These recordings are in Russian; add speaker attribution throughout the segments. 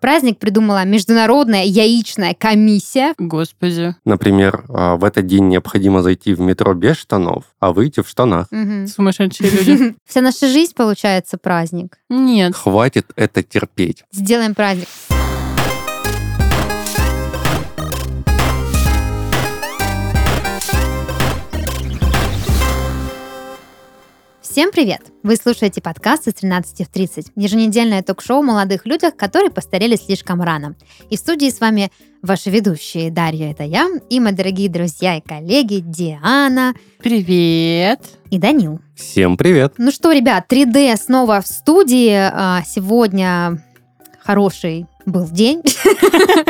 Speaker 1: Праздник придумала Международная яичная комиссия.
Speaker 2: Господи.
Speaker 3: Например, а, в этот день необходимо зайти в метро без штанов, а выйти в штанах.
Speaker 1: Мгм.
Speaker 2: Сумасшедшие люди.
Speaker 1: Вся наша жизнь получается праздник.
Speaker 2: Нет.
Speaker 3: Хватит это терпеть.
Speaker 1: Сделаем праздник. Всем привет! Вы слушаете подкаст из 13 в 30. Еженедельное ток-шоу о молодых людях, которые постарели слишком рано. И в студии с вами ваши ведущие Дарья, это я, и мои дорогие друзья и коллеги Диана
Speaker 2: Привет.
Speaker 1: и Данил.
Speaker 3: Всем привет.
Speaker 1: Ну что, ребят, 3D снова в студии. А, Сегодня хороший был день.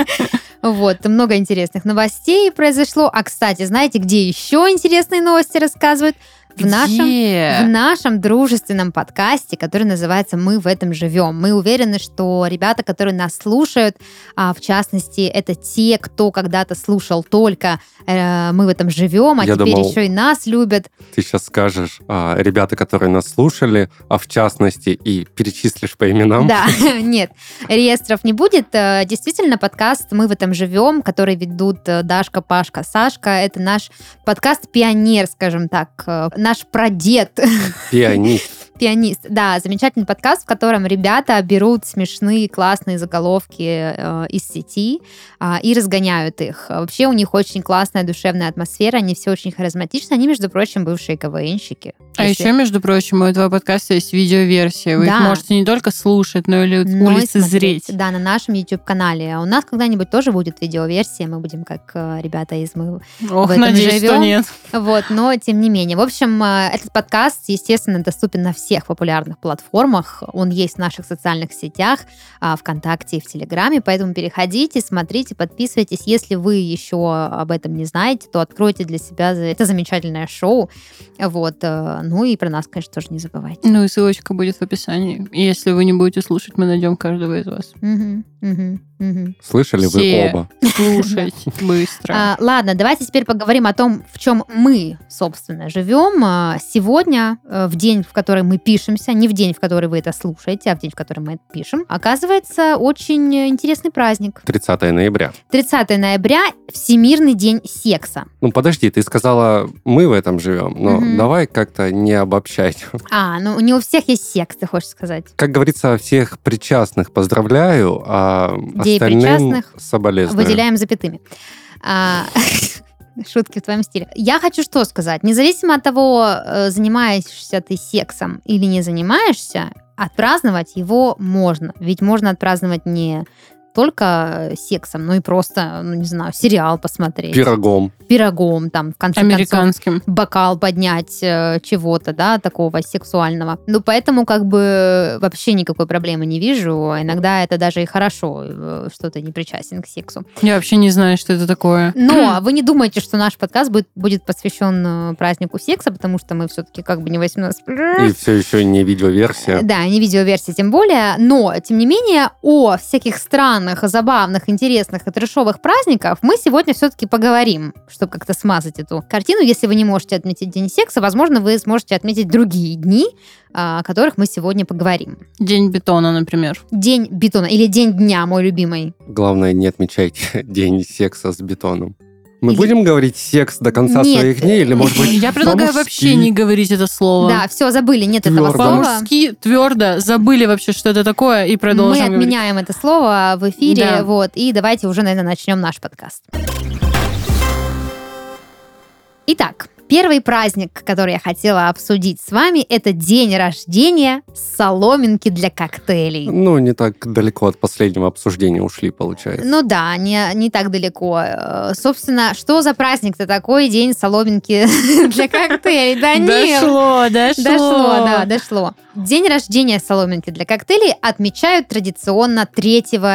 Speaker 1: Вот, много интересных новостей произошло. А, кстати, знаете, где еще интересные новости рассказывают? В нашем в
Speaker 2: Где?
Speaker 1: нашем дружественном подкасте, который называется «Мы в этом живем». Мы уверены, что ребята, которые нас слушают, а в частности, это те, кто когда-то слушал только э, «Мы в этом живем», а
Speaker 3: Я
Speaker 1: теперь
Speaker 3: думал-
Speaker 1: еще и нас любят.
Speaker 3: Ты сейчас скажешь, а, ребята, которые нас слушали, а в частности и перечислишь по именам.
Speaker 1: Да, нет, реестров не будет. Э, Действительно, подкаст «Мы в этом живем», который ведут э, Дашка, Пашка, Сашка. Это наш подкаст-пионер, скажем так, э, наш прадед,
Speaker 3: Пианист.
Speaker 1: пианист. Да, замечательный подкаст, в котором ребята берут смешные, классные заголовки э, из сети а, и разгоняют их. А Вообще у них очень классная душевная атмосфера, они все очень харизматичны, они, между прочим, бывшие КВНщики.
Speaker 2: А
Speaker 1: Если-
Speaker 2: еще, между прочим, у этого подкаста есть видеоверсия. Вы их
Speaker 1: Да.
Speaker 2: можете не только слушать, но или
Speaker 1: Ну, и
Speaker 2: улицы
Speaker 1: смотреть,
Speaker 2: зреть.
Speaker 1: Да, на нашем YouTube-канале. А у нас когда-нибудь тоже будет видеоверсия, мы будем как э, ребята из «Мы». в
Speaker 2: Ох,
Speaker 1: этом
Speaker 2: надеюсь, что
Speaker 1: живем.
Speaker 2: нет.
Speaker 1: Вот, но тем не менее. В общем, э, этот подкаст, естественно, доступен на всех популярных платформах. Он есть в наших социальных сетях, а, ВКонтакте и в Телеграме, поэтому переходите, смотрите, подписывайтесь. Если вы еще об этом не знаете, то откройте для себя за- это замечательное шоу. Вот, э, ну и про нас, конечно, тоже не забывайте.
Speaker 2: Ну и ссылочка будет в описании. И Если вы не будете слушать, мы найдем каждого из вас.
Speaker 1: Мгм, мгм, мгм.
Speaker 3: Слышали
Speaker 2: Все.
Speaker 3: вы оба?
Speaker 2: Слушать быстро.
Speaker 1: А, ладно, давайте теперь поговорим о том, в чем мы, собственно, живем. А, Сегодня, э, в день, в который мы пишемся, не в день, в который вы это слушаете, а в день, в который мы это пишем, оказывается очень э, интересный праздник.
Speaker 3: 30 ноября.
Speaker 1: 30 ноября – Всемирный день секса.
Speaker 3: Ну, подожди, ты сказала, мы в этом живем, но
Speaker 1: Мгм.
Speaker 3: давай как-то не обобщать.
Speaker 1: А, ну не у всех есть секс, ты хочешь сказать.
Speaker 3: Как говорится, всех причастных поздравляю, а
Speaker 1: Людей
Speaker 3: остальным
Speaker 1: причастных
Speaker 3: соболезную.
Speaker 1: Выделяем запятыми. А, Шутки в твоем стиле. Я хочу что сказать. Независимо от того, э, занимаешься ты сексом или не занимаешься, отпраздновать его можно. Ведь можно отпраздновать не только сексом, но и просто, ну не знаю, сериал посмотреть.
Speaker 3: Пирогом.
Speaker 1: Пирогом там, в конце концов
Speaker 2: Американским.
Speaker 1: бокал поднять э, чего-то, да, такого сексуального. Ну, поэтому как бы вообще никакой проблемы не вижу. Иногда это даже и хорошо, э, что ты не причастен к сексу.
Speaker 2: Я вообще не знаю, что это такое.
Speaker 1: Но вы не думайте, что наш подкаст будет, будет посвящен э, празднику секса, потому что мы все-таки как бы не 18+.
Speaker 3: И все еще не видеоверсия.
Speaker 1: Да, не видеоверсия тем более, но, тем не менее, о всяких странных, забавных, интересных и трешовых праздниках мы сегодня все-таки поговорим, чтобы как-то смазать эту картину. Если вы не можете отметить День секса, возможно, вы сможете отметить другие дни, а, о которых мы сегодня поговорим.
Speaker 2: День бетона, например.
Speaker 1: День бетона или День дня, мой любимый.
Speaker 3: Главное, не отмечайте день секса с бетоном. Мы
Speaker 1: Или-
Speaker 3: будем говорить секс до конца
Speaker 1: Нет.
Speaker 3: своих дней, или, может быть,
Speaker 2: Я предлагаю
Speaker 3: по-мужски?
Speaker 2: вообще не говорить это слово.
Speaker 1: Да, все, забыли, нет этого
Speaker 3: Твердо.
Speaker 1: слова.
Speaker 2: По-мужски твердо забыли вообще, что это такое, и
Speaker 1: Мы
Speaker 2: продолжим говорить.
Speaker 1: отменяем это слово в эфире,
Speaker 2: Да.
Speaker 1: вот, и давайте уже, наверное, начнем наш подкаст. Итак, первый праздник, который я хотела обсудить с вами, это день рождения соломинки для коктейлей.
Speaker 3: Ну, не так далеко от последнего обсуждения ушли, получается.
Speaker 1: Ну да, не, не так далеко. Э, Собственно, что за праздник-то такой, день соломинки для коктейлей? Данил!
Speaker 2: Дошло, дошло.
Speaker 1: Дошло, да, дошло. День рождения соломинки для коктейлей отмечают традиционно 3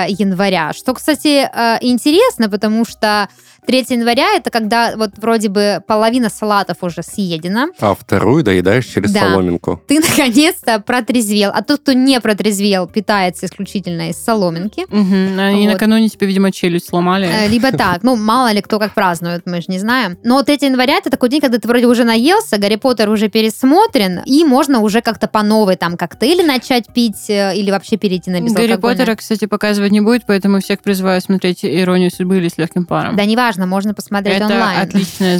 Speaker 1: января. Что, кстати, э, интересно, потому что 3 января это когда вот вроде бы половина салата салатов уже съедено.
Speaker 3: А вторую доедаешь через
Speaker 1: Да.
Speaker 3: соломинку.
Speaker 1: Ты наконец-то протрезвел. А тот, кто не протрезвел, питается исключительно из соломинки.
Speaker 2: Мгм. Они
Speaker 1: Вот.
Speaker 2: накануне тебе, видимо, челюсть сломали.
Speaker 1: Э, Либо так, ну, мало ли кто как празднует, мы же не знаем. Но вот 3 января это такой день, когда ты вроде уже наелся, Гарри Поттер уже пересмотрен, и можно уже как-то по новой там коктейли начать пить э, или вообще перейти на
Speaker 2: Гарри
Speaker 1: безалкогольное.
Speaker 2: Поттера, кстати, показывать не будет, поэтому всех призываю смотреть «Иронию судьбы» или «С легким паром».
Speaker 1: Да неважно, можно посмотреть
Speaker 2: Это
Speaker 1: онлайн.
Speaker 2: отличная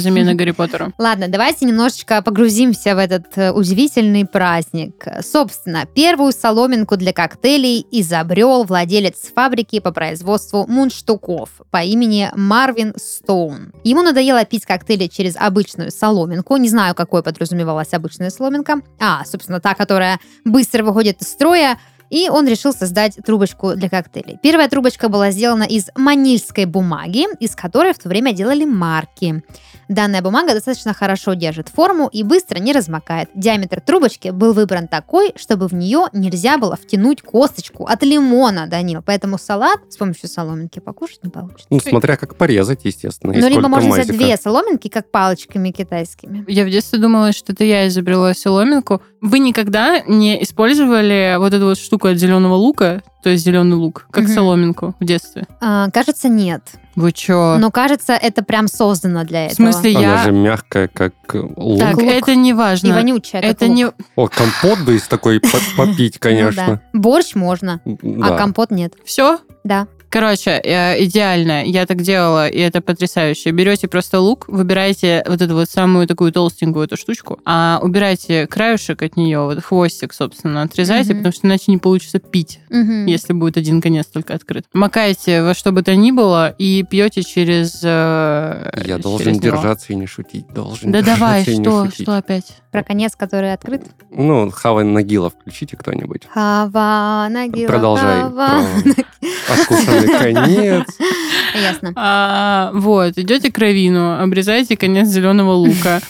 Speaker 2: замена Гарри Поттеру.
Speaker 1: Ладно, давайте немножечко погрузимся в этот э, удивительный праздник. Собственно, первую соломинку для коктейлей изобрел владелец фабрики по производству мундштуков по имени Марвин Стоун. Ему надоело пить коктейли через обычную соломинку. Не знаю, какой подразумевалась обычная соломинка. А, собственно, та, которая быстро выходит из строя. И он решил создать трубочку для коктейлей. Первая трубочка была сделана из манильской бумаги, из которой в то время делали марки. Данная бумага достаточно хорошо держит форму и быстро не размокает. Диаметр трубочки был выбран такой, чтобы в нее нельзя было втянуть косточку от лимона, Данил. Поэтому салат с помощью соломинки покушать не получится.
Speaker 3: Ну, смотря как порезать, естественно. и
Speaker 1: Ну, либо
Speaker 3: сколько
Speaker 1: можно взять
Speaker 3: мазика.
Speaker 1: две соломинки, как палочками китайскими.
Speaker 2: Я в детстве думала, что это я изобрела соломинку. Вы никогда не использовали вот эту вот штуку от зеленого лука, то есть зеленый лук, как
Speaker 1: Мгм. Ну,
Speaker 2: соломинку в детстве?
Speaker 1: А, кажется, нет.
Speaker 2: Вы чё?
Speaker 1: Но кажется, это прям создано для
Speaker 2: А. в
Speaker 1: этого.
Speaker 2: смысле,
Speaker 3: Она
Speaker 2: я...
Speaker 3: же мягкая, как лук.
Speaker 2: Так,
Speaker 1: Лук.
Speaker 2: это не
Speaker 1: И
Speaker 2: важно.
Speaker 1: вонючая, как
Speaker 2: это
Speaker 1: лук.
Speaker 2: не...
Speaker 3: О, компот бы из такой по- попить,
Speaker 1: Ну да.
Speaker 3: конечно.
Speaker 1: Борщ можно, а
Speaker 3: Да.
Speaker 1: компот нет.
Speaker 2: Все?
Speaker 1: Да.
Speaker 2: Короче, э, идеально. Я так делала, и это потрясающе. Берете просто лук, выбираете вот эту вот самую такую толстенькую эту штучку, а убираете краешек от нее, вот хвостик, собственно, отрезаете,
Speaker 1: Мгм.
Speaker 2: потому что иначе не получится пить,
Speaker 1: Мгм.
Speaker 2: если будет один конец только открыт. Макаете во что бы то ни было и пьете через... э,
Speaker 3: Я должен
Speaker 2: через него.
Speaker 3: держаться и не шутить. Должен
Speaker 2: Да
Speaker 3: держаться
Speaker 2: давай,
Speaker 3: и не
Speaker 2: что,
Speaker 3: шутить.
Speaker 2: что опять?
Speaker 1: Про конец, который открыт.
Speaker 3: Ну, Хава Нагила включите кто-нибудь.
Speaker 1: Хавана, гила,
Speaker 3: Продолжай.
Speaker 1: Хавана.
Speaker 3: про Откусанный конец.
Speaker 1: Ясно.
Speaker 2: А, вот, идете к равину, обрезаете конец зеленого лука,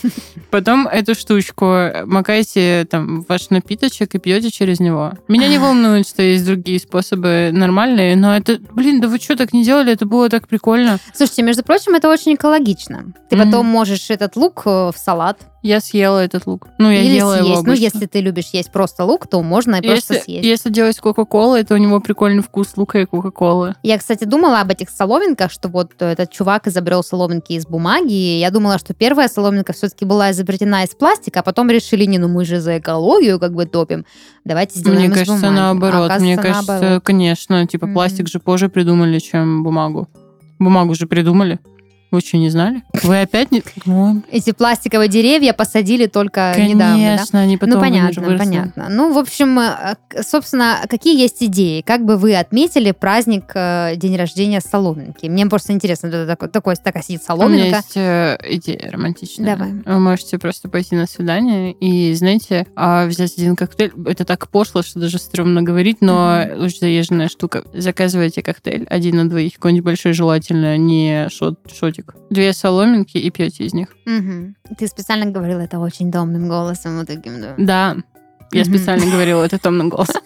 Speaker 2: потом эту штучку макаете там в ваш напиточек и пьете через него. Меня не волнует, что есть другие способы нормальные, но это, блин, да вы что так не делали? Это было так прикольно.
Speaker 1: Слушайте, между прочим, это очень экологично. Ты
Speaker 2: Мгм.
Speaker 1: потом можешь этот лук э, в салат
Speaker 2: Я съела этот лук. Ну, я
Speaker 1: или
Speaker 2: ела его
Speaker 1: съесть. Ну,
Speaker 2: обычно.
Speaker 1: если ты любишь есть просто лук, то можно и просто
Speaker 2: если,
Speaker 1: съесть.
Speaker 2: если делать кока-колы, то у него прикольный вкус лука и кока-колы.
Speaker 1: Я, кстати, думала об этих соломинках, что вот этот чувак изобрел соломинки из бумаги. И я думала, что первая соломинка все-таки была изобретена из пластика, а потом решили, не, ну мы же за экологию как бы топим. Давайте сделаем
Speaker 2: Мне
Speaker 1: из
Speaker 2: кажется,
Speaker 1: бумаги. А
Speaker 2: наоборот. Мне
Speaker 1: оказывается,
Speaker 2: кажется,
Speaker 1: наоборот.
Speaker 2: конечно, типа
Speaker 1: Мгм.
Speaker 2: пластик же позже придумали, чем бумагу. Бумагу же придумали. Вы что, не знали? Вы опять не... Ну,
Speaker 1: Эти пластиковые деревья посадили только э, недавно, да?
Speaker 2: конечно, они потом
Speaker 1: ну,
Speaker 2: они же
Speaker 1: понятно,
Speaker 2: выросли.
Speaker 1: понятно. Ну, в общем, э, к- собственно, какие есть идеи? Как бы вы отметили праздник э, день рождения соломинки? Мне просто интересно, да, такой, такой- такая сидит
Speaker 2: У меня
Speaker 1: соломинка.
Speaker 2: есть э, идея романтичная.
Speaker 1: Давай.
Speaker 2: Вы можете просто пойти на свидание и, знаете, а, взять один коктейль. Это так пошло, что даже стрёмно говорить, но
Speaker 1: Мгм.
Speaker 2: очень заезженная штука. Заказывайте коктейль один на двоих, какой-нибудь большой, желательно, не шот, шотик. Две соломинки и пьете из них.
Speaker 1: Мгм. Ты специально говорила это очень томным голосом, вот таким. да.
Speaker 2: Да. Я
Speaker 1: Мгм.
Speaker 2: специально говорила это томным голосом.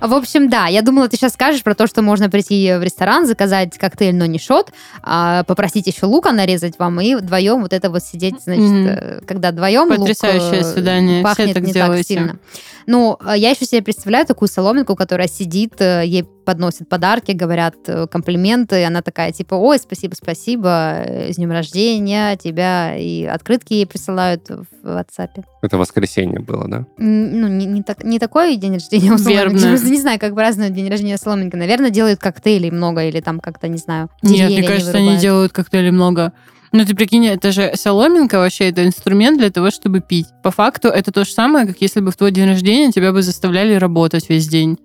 Speaker 1: А, В общем, да, я думала, ты сейчас скажешь про то, что можно прийти в ресторан, заказать коктейль, но не шот, а попросить еще лука нарезать вам, и вдвоем вот это вот сидеть, значит,
Speaker 2: Мгм.
Speaker 1: э, когда вдвоем
Speaker 2: Потрясающее свидание. Все
Speaker 1: пахнет
Speaker 2: так
Speaker 1: не
Speaker 2: делаете.
Speaker 1: так сильно. Ну, э, я еще себе представляю такую соломинку, которая сидит, э, ей подносят подарки, говорят э, комплименты, и она такая, типа, ой, спасибо, спасибо, э, с днем рождения тебя, и открытки ей присылают в WhatsApp.
Speaker 3: Это воскресенье было, да?
Speaker 1: М, Ну, не, не так- не такой день рождения у Соломенки.
Speaker 2: Верно.
Speaker 1: Просто не знаю, как празднуют день рождения Соломенки. Наверное, делают коктейлей много или там как-то, не знаю,
Speaker 2: Нет,
Speaker 1: деревья
Speaker 2: мне
Speaker 1: не
Speaker 2: кажется,
Speaker 1: вырубают.
Speaker 2: они делают коктейли много. Ну, ты прикинь, это же соломинка вообще, это инструмент для того, чтобы пить. По факту, это то же самое, как если бы в твой день рождения тебя бы заставляли работать весь день.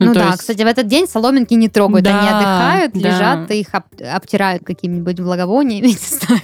Speaker 1: Ну,
Speaker 2: то
Speaker 1: да,
Speaker 2: есть-
Speaker 1: кстати, в этот день Соломинки не трогают.
Speaker 2: Да,
Speaker 1: они отдыхают,
Speaker 2: да.
Speaker 1: лежат, их об- обтирают какими-нибудь благовониями, не знаю.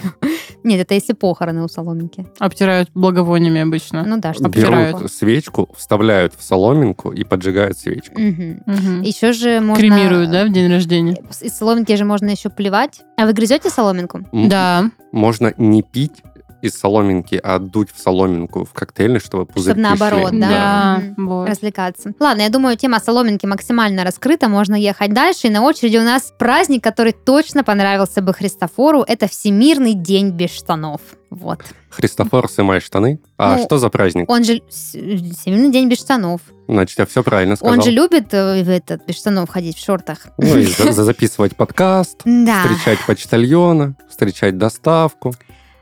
Speaker 1: Нет, это если похороны у Соломинки.
Speaker 2: Обтирают благовониями обычно.
Speaker 1: Ну да, что
Speaker 2: Обтирают.
Speaker 3: Берут свечку, вставляют в соломинку и поджигают свечку.
Speaker 2: Мгм.
Speaker 1: Еще же можно...
Speaker 2: Кремируют, да, в день рождения?
Speaker 1: Из соломинки же можно еще плевать. А вы грызете соломинку?
Speaker 3: М,
Speaker 2: Да.
Speaker 3: Можно не пить из соломинки, а дуть в соломинку в коктейльный, чтобы пузырьки
Speaker 1: наоборот,
Speaker 3: шли.
Speaker 1: да.
Speaker 2: вот.
Speaker 1: развлекаться. Ладно, я думаю, тема соломинки максимально раскрыта, можно ехать дальше. И на очереди у нас праздник, который точно понравился бы Христофору. Это Всемирный день без штанов. Вот.
Speaker 3: Христофор, снимай штаны. А
Speaker 1: Ну,
Speaker 3: что за праздник?
Speaker 1: Он же... с- Всемирный день без штанов.
Speaker 3: Значит, я все правильно сказал.
Speaker 1: Он же любит э, в этот, без штанов ходить в шортах.
Speaker 3: Ну, и за- за- записывать подкаст,
Speaker 1: Да,
Speaker 3: встречать почтальона, встречать доставку,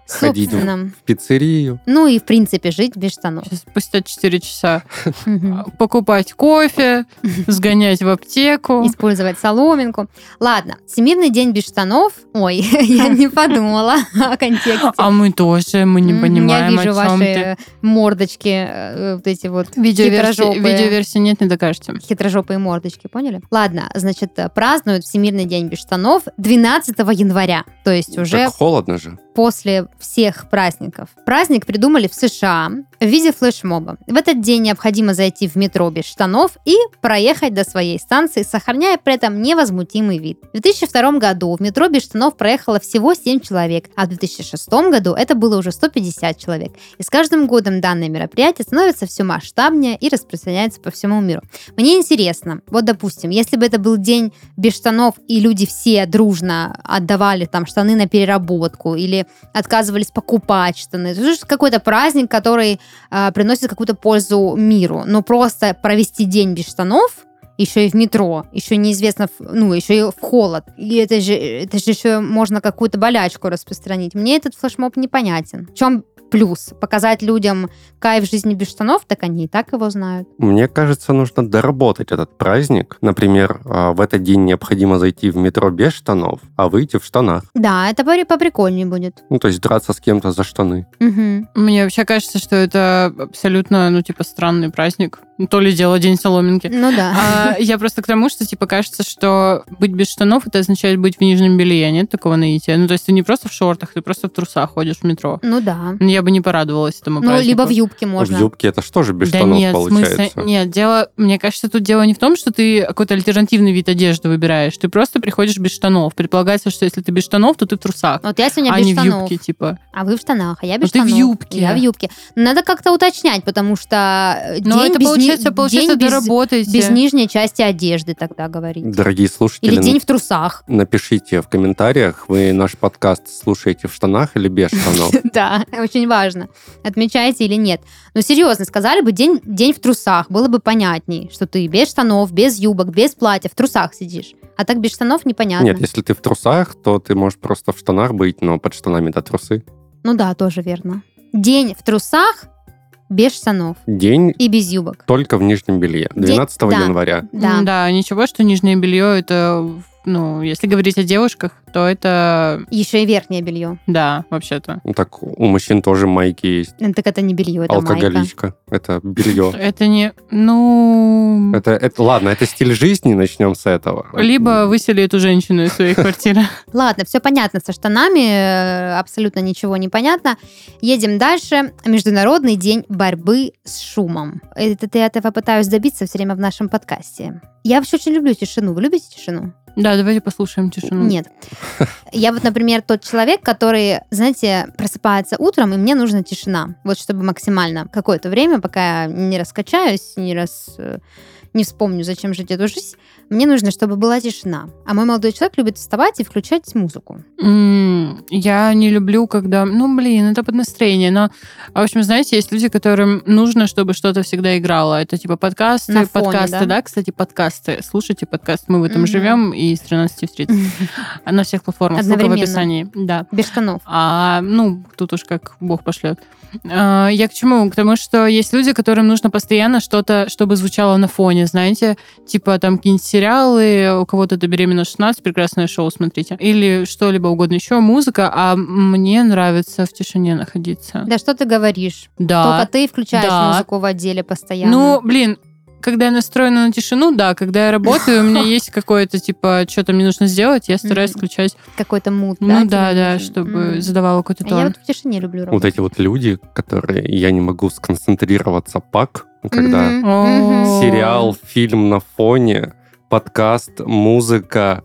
Speaker 3: ходить в
Speaker 1: собственно.
Speaker 3: пиццерию.
Speaker 1: Ну и, в принципе, жить без штанов.
Speaker 2: Сейчас спустя 4 часа
Speaker 3: А,
Speaker 1: Мгм.
Speaker 2: покупать кофе, сгонять в аптеку.
Speaker 1: Использовать соломинку. Ладно, Всемирный день без штанов. Ой, я не подумала о контексте.
Speaker 2: А мы тоже, мы не
Speaker 1: М,
Speaker 2: понимаем,
Speaker 1: Я вижу
Speaker 2: о чем
Speaker 1: ваши
Speaker 2: ты.
Speaker 1: мордочки, э, вот эти вот
Speaker 2: Видеоверсии,
Speaker 1: хитрожопые.
Speaker 2: видеоверсии нет, не докажете.
Speaker 1: хитрожопые мордочки, поняли? Ладно, значит, э, празднуют Всемирный день без штанов 12 января, то есть уже
Speaker 3: Так холодно же.
Speaker 1: после всех праздников. Праздник придумали в США в виде флешмоба. В этот день необходимо зайти в метро без штанов и проехать до своей станции, сохраняя при этом невозмутимый вид. В 2002 году в метро без штанов проехало всего 7 человек, а в 2006 году это было уже 150 человек. И с каждым годом данное мероприятие становится все масштабнее и распространяется по всему миру. Мне интересно, вот допустим, если бы это был день без штанов, и люди все дружно отдавали там штаны на переработку или отказывались покупать штаны. Это же какой-то праздник, который а, приносит какую-то пользу миру. Но просто провести день без штанов еще и в метро, еще неизвестно, в- ну, еще и в холод. И это же, это же еще можно какую-то болячку распространить. Мне этот флешмоб непонятен. В чем плюс? Показать людям кайф жизни без штанов, так они и так его знают.
Speaker 3: Мне кажется, нужно доработать этот праздник. Например, а, в этот день необходимо зайти в метро без штанов, а выйти в штанах.
Speaker 1: Да, это попри- поприкольнее будет.
Speaker 3: Ну, то есть драться с кем-то за штаны.
Speaker 1: Мгм.
Speaker 2: Мне вообще кажется, что это абсолютно, ну, типа, странный праздник. Ну, То ли дело День Соломинки.
Speaker 1: Ну да.
Speaker 2: А я просто к тому, что, типа, кажется, что быть без штанов, это означает быть в нижнем белье. Нет такого наития? Ну, то есть ты не просто в шортах, ты просто в трусах ходишь в метро.
Speaker 1: Ну да.
Speaker 2: Ну, Я бы не порадовалась этому
Speaker 1: Ну,
Speaker 2: празднику.
Speaker 1: либо в юбке можно.
Speaker 3: В юбке это что же без
Speaker 2: да
Speaker 3: штанов
Speaker 2: нет,
Speaker 3: получается?
Speaker 2: смысла нет. Дело, мне кажется, тут дело не в том, что ты какой-то альтернативный вид одежды выбираешь. Ты просто приходишь без штанов. Предполагается, что если ты без штанов, то ты в трусах,
Speaker 1: Вот я сегодня
Speaker 2: а
Speaker 1: без
Speaker 2: не в
Speaker 1: штанов.
Speaker 2: юбке, типа.
Speaker 1: А вы в штанах, а я без
Speaker 2: ты в
Speaker 1: штанов.
Speaker 2: юбке.
Speaker 1: Я в юбке. Ну, Надо как-то уточнять, потому что э, день
Speaker 2: Но Ну, это
Speaker 1: без ни-
Speaker 2: получается, получается,
Speaker 1: день без-
Speaker 2: доработайте.
Speaker 1: без, нижней части одежды тогда говорить.
Speaker 3: Дорогие слушатели,
Speaker 1: Или день в трусах.
Speaker 3: напишите в комментариях, вы наш подкаст слушаете в штанах или без штанов.
Speaker 1: Да, очень важно, отмечаете или нет. Но серьезно, сказали бы день, день в трусах, было бы понятней, что ты без штанов, без юбок, без платья, в трусах сидишь. А так без штанов непонятно.
Speaker 3: Нет, если ты в трусах, то ты можешь просто в штанах быть, но под штанами до трусы.
Speaker 1: Ну да, тоже верно. День в трусах, без штанов
Speaker 3: День
Speaker 1: и без юбок.
Speaker 3: только в нижнем белье.
Speaker 1: День-
Speaker 3: 12
Speaker 1: да.
Speaker 3: января.
Speaker 1: Да.
Speaker 2: М, Да, ничего, что нижнее белье это, ну, если говорить о девушках, то это,
Speaker 1: Еще и верхнее белье.
Speaker 2: да, вообще-то.
Speaker 3: Ну, Так у мужчин тоже майки есть.
Speaker 1: Ну, Так это не белье, это майка.
Speaker 3: Алкоголичка. Это белье.
Speaker 2: Это не, ну...
Speaker 3: Это, это, ладно, это стиль жизни, начнем с этого.
Speaker 2: Либо высели эту женщину из своей квартиры.
Speaker 1: Ладно, все понятно со штанами, э, абсолютно ничего не понятно. Едем дальше. Международный день борьы с шумом. Это я этого пытаюсь добиться все время в нашем подкасте. Я вообще очень люблю тишину. Вы любите тишину?
Speaker 2: Да, давайте послушаем тишину.
Speaker 1: Нет. Я вот, например, тот человек, который, знаете, просыпается утром, и мне нужна тишина. Вот чтобы максимально какое-то время, пока я не раскачаюсь, не раз э, не вспомню, зачем жить эту жизнь, мне нужно, чтобы была тишина. А мой молодой человек любит вставать и включать музыку.
Speaker 2: М, Я не люблю, когда... Ну, блин, это под настроение. Но, а, в общем, знаете, есть люди, которым нужно, чтобы что-то всегда играло. Это типа подкасты,
Speaker 1: На фоне,
Speaker 2: подкасты,
Speaker 1: да?
Speaker 2: да? кстати, подкасты. Слушайте подкаст «Мы в этом
Speaker 1: Мгм.
Speaker 2: живем» и с 13 встретимся на всех платформах. Ссылка в
Speaker 1: Одновременно.
Speaker 2: описании. Да.
Speaker 1: Без штанов.
Speaker 2: А, ну, тут уж как бог пошлет. А, я к чему? К тому, что есть люди, которым нужно постоянно что-то, чтобы звучало на фоне, знаете, типа там какие-нибудь сериалы, у кого-то это беременна 16, прекрасное шоу, смотрите. Или что-либо угодно еще, музыка, а мне нравится в тишине находиться.
Speaker 1: Да что ты говоришь? Только
Speaker 2: Да.
Speaker 1: ты включаешь
Speaker 2: Да.
Speaker 1: музыку в отделе постоянно.
Speaker 2: Ну, блин, когда я настроена на тишину, да, когда я работаю, у меня есть какое-то, типа, что-то мне нужно сделать, я стараюсь
Speaker 1: Мгм.
Speaker 2: включать,
Speaker 1: какой-то мут.
Speaker 2: ну
Speaker 1: тебе
Speaker 2: да, да,
Speaker 1: нужен?
Speaker 2: чтобы
Speaker 1: М.
Speaker 2: задавало какой-то
Speaker 1: А я
Speaker 2: тон.
Speaker 1: вот в тишине люблю
Speaker 3: Вот эти вот люди, которые я не могу сконцентрироваться, пак, когда
Speaker 1: Мгм,
Speaker 2: О.
Speaker 1: мгм.
Speaker 3: сериал, фильм на фоне, подкаст, музыка,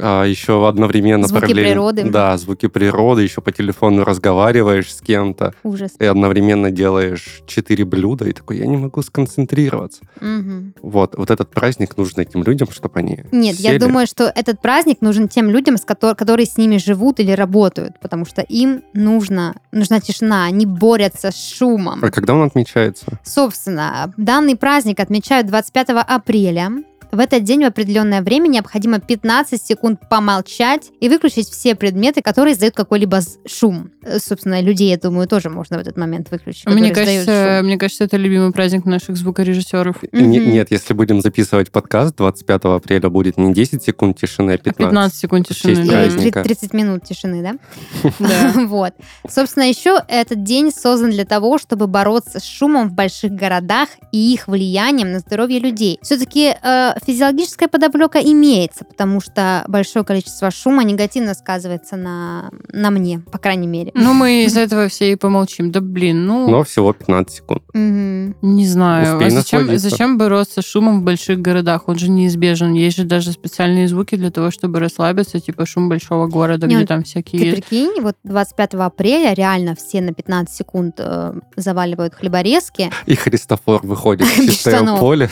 Speaker 3: а еще одновременно
Speaker 1: Звуки
Speaker 3: параллельно-
Speaker 1: природы.
Speaker 3: Да, звуки природы, еще по телефону разговариваешь с кем-то
Speaker 1: Ужас.
Speaker 3: и одновременно делаешь четыре блюда, и такой, я не могу сконцентрироваться.
Speaker 1: Мгм.
Speaker 3: Вот, вот этот праздник нужен этим людям, чтобы они
Speaker 1: Нет, я
Speaker 3: сели.
Speaker 1: думаю, что этот праздник нужен тем людям, с котор- которые с ними живут или работают, потому что им нужно, нужна тишина, они борются с шумом.
Speaker 3: А когда он отмечается?
Speaker 1: Собственно, данный праздник отмечают 25 апреля. В этот день в определенное время необходимо 15 секунд помолчать и выключить все предметы, которые издают какой-либо з- шум. Э, Собственно, людей, я думаю, тоже можно в этот момент выключить.
Speaker 2: Ну, Мне
Speaker 1: которые издают
Speaker 2: кажется,
Speaker 1: шум.
Speaker 2: мне кажется, это любимый праздник наших звукорежиссеров.
Speaker 1: Мгм.
Speaker 3: Не- нет, если будем записывать подкаст, 25 апреля будет не 10 секунд тишины, а 15.
Speaker 2: 15 секунд
Speaker 3: В честь
Speaker 2: тишины.
Speaker 1: Или
Speaker 2: да.
Speaker 3: праздник. праздника.
Speaker 1: 30 30 минут тишины, да?
Speaker 2: Да.
Speaker 1: Вот. Собственно, еще этот день создан для того, чтобы бороться с шумом в больших городах и их влиянием на здоровье людей. Все-таки физиологическая подоплека имеется, потому что большое количество шума негативно сказывается на, на мне, по крайней мере.
Speaker 2: Ну, мы из этого все и помолчим. Да блин, ну...
Speaker 3: Но всего 15 секунд.
Speaker 1: Мгм.
Speaker 2: Не знаю.
Speaker 3: Успей
Speaker 2: а зачем,
Speaker 3: насладиться.
Speaker 2: зачем бороться с шумом в больших городах? Он же неизбежен. Есть же даже специальные звуки для того, чтобы расслабиться, типа шум большого города,
Speaker 1: Не,
Speaker 2: где
Speaker 1: он-
Speaker 2: там
Speaker 1: Ты
Speaker 2: всякие...
Speaker 1: прикинь, вот 25 апреля реально все на 15 секунд э, заваливают хлеборезки,
Speaker 3: И Христофор выходит в
Speaker 1: Без
Speaker 3: чистое
Speaker 1: штанов.
Speaker 3: поле.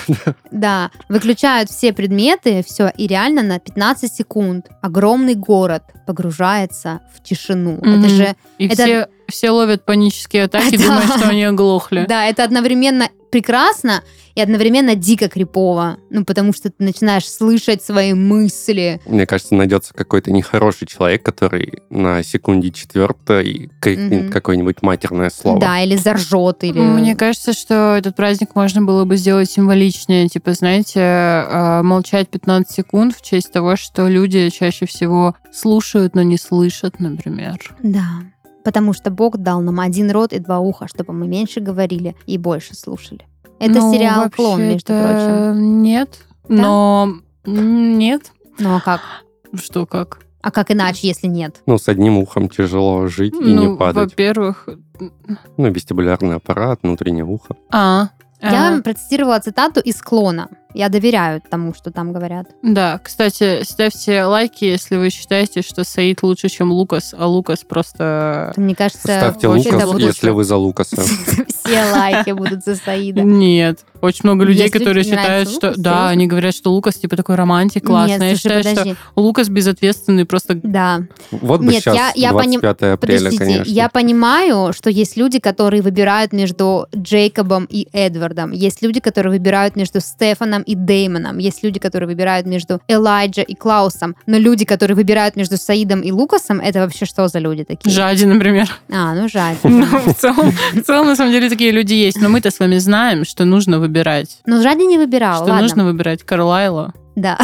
Speaker 1: да, выключают все предметы, все, и реально на 15 секунд огромный город погружается в тишину.
Speaker 2: Мгм.
Speaker 1: Это же
Speaker 2: И
Speaker 1: это-
Speaker 2: все, все ловят панические атаки,
Speaker 1: Да.
Speaker 2: думают, что они оглохли.
Speaker 1: Да, это одновременно прекрасно и одновременно дико крипово. Ну, потому что ты начинаешь слышать свои мысли.
Speaker 3: Мне кажется, найдется какой-то нехороший человек, который на секунде четвертой крикнет
Speaker 1: Мгм.
Speaker 3: какое-нибудь матерное слово.
Speaker 1: Да, или заржет, или...
Speaker 2: Мне кажется, что этот праздник можно было бы сделать символичнее. Типа, знаете, э, молчать 15 секунд в честь того, что люди чаще всего слушают, но не слышат, например.
Speaker 1: Да. Потому что Бог дал нам один рот и два уха, чтобы мы меньше говорили и больше слушали. Это
Speaker 2: Ну,
Speaker 1: сериал «Клон», между прочим.
Speaker 2: вообще-то Нет. Но... м, Нет.
Speaker 1: Ну, а как?
Speaker 2: Что как?
Speaker 1: А как иначе, если нет?
Speaker 3: Ну, с одним ухом тяжело жить и
Speaker 2: ну,
Speaker 3: не падать.
Speaker 2: во-первых...
Speaker 3: Ну, вестибулярный аппарат, внутреннее ухо.
Speaker 2: А,
Speaker 1: Я
Speaker 2: а,
Speaker 1: вам процитировала цитату из «Клона». Я доверяю тому, что там говорят.
Speaker 2: Да, кстати, ставьте лайки, если вы считаете, что Саид лучше, чем Лукас, а Лукас просто...
Speaker 1: Мне кажется,
Speaker 3: Ставьте
Speaker 1: вообще
Speaker 3: Лукас,
Speaker 1: это будут-
Speaker 3: если вы за Лукаса.
Speaker 1: все лайки будут за Саида.
Speaker 2: Нет. Очень много людей,
Speaker 1: Есть люди,
Speaker 2: которые
Speaker 1: которым
Speaker 2: считают,
Speaker 1: нравится
Speaker 2: что...
Speaker 1: Лукас,
Speaker 2: да,
Speaker 1: серьезно?
Speaker 2: они говорят, что Лукас типа такой романтик, классный.
Speaker 1: Нет,
Speaker 2: я
Speaker 1: слушай,
Speaker 2: считаю,
Speaker 1: подожди.
Speaker 2: что Лукас безответственный, просто...
Speaker 1: Да.
Speaker 3: Вот бы
Speaker 1: Нет, я-
Speaker 3: сейчас
Speaker 1: я поним-
Speaker 3: 25 апреля,
Speaker 1: Подождите,
Speaker 3: конечно.
Speaker 1: я понимаю, что есть люди, которые выбирают между Джейкобом и Эдвардом. Есть люди, которые выбирают между Стефаном и Деймоном. Есть люди, которые выбирают между Элайджа и Клаусом. Но люди, которые выбирают между Саидом и Лукасом, это вообще что за люди такие?
Speaker 2: Жади, например.
Speaker 1: А, ну жаль.
Speaker 2: Ну, в целом, в целом, на самом деле, такие люди есть. Но мы-то с вами знаем, что нужно выбирать.
Speaker 1: Но Жади не выбирал,
Speaker 2: Что
Speaker 1: А, ладно.
Speaker 2: нужно выбирать Карлайла,
Speaker 1: Да.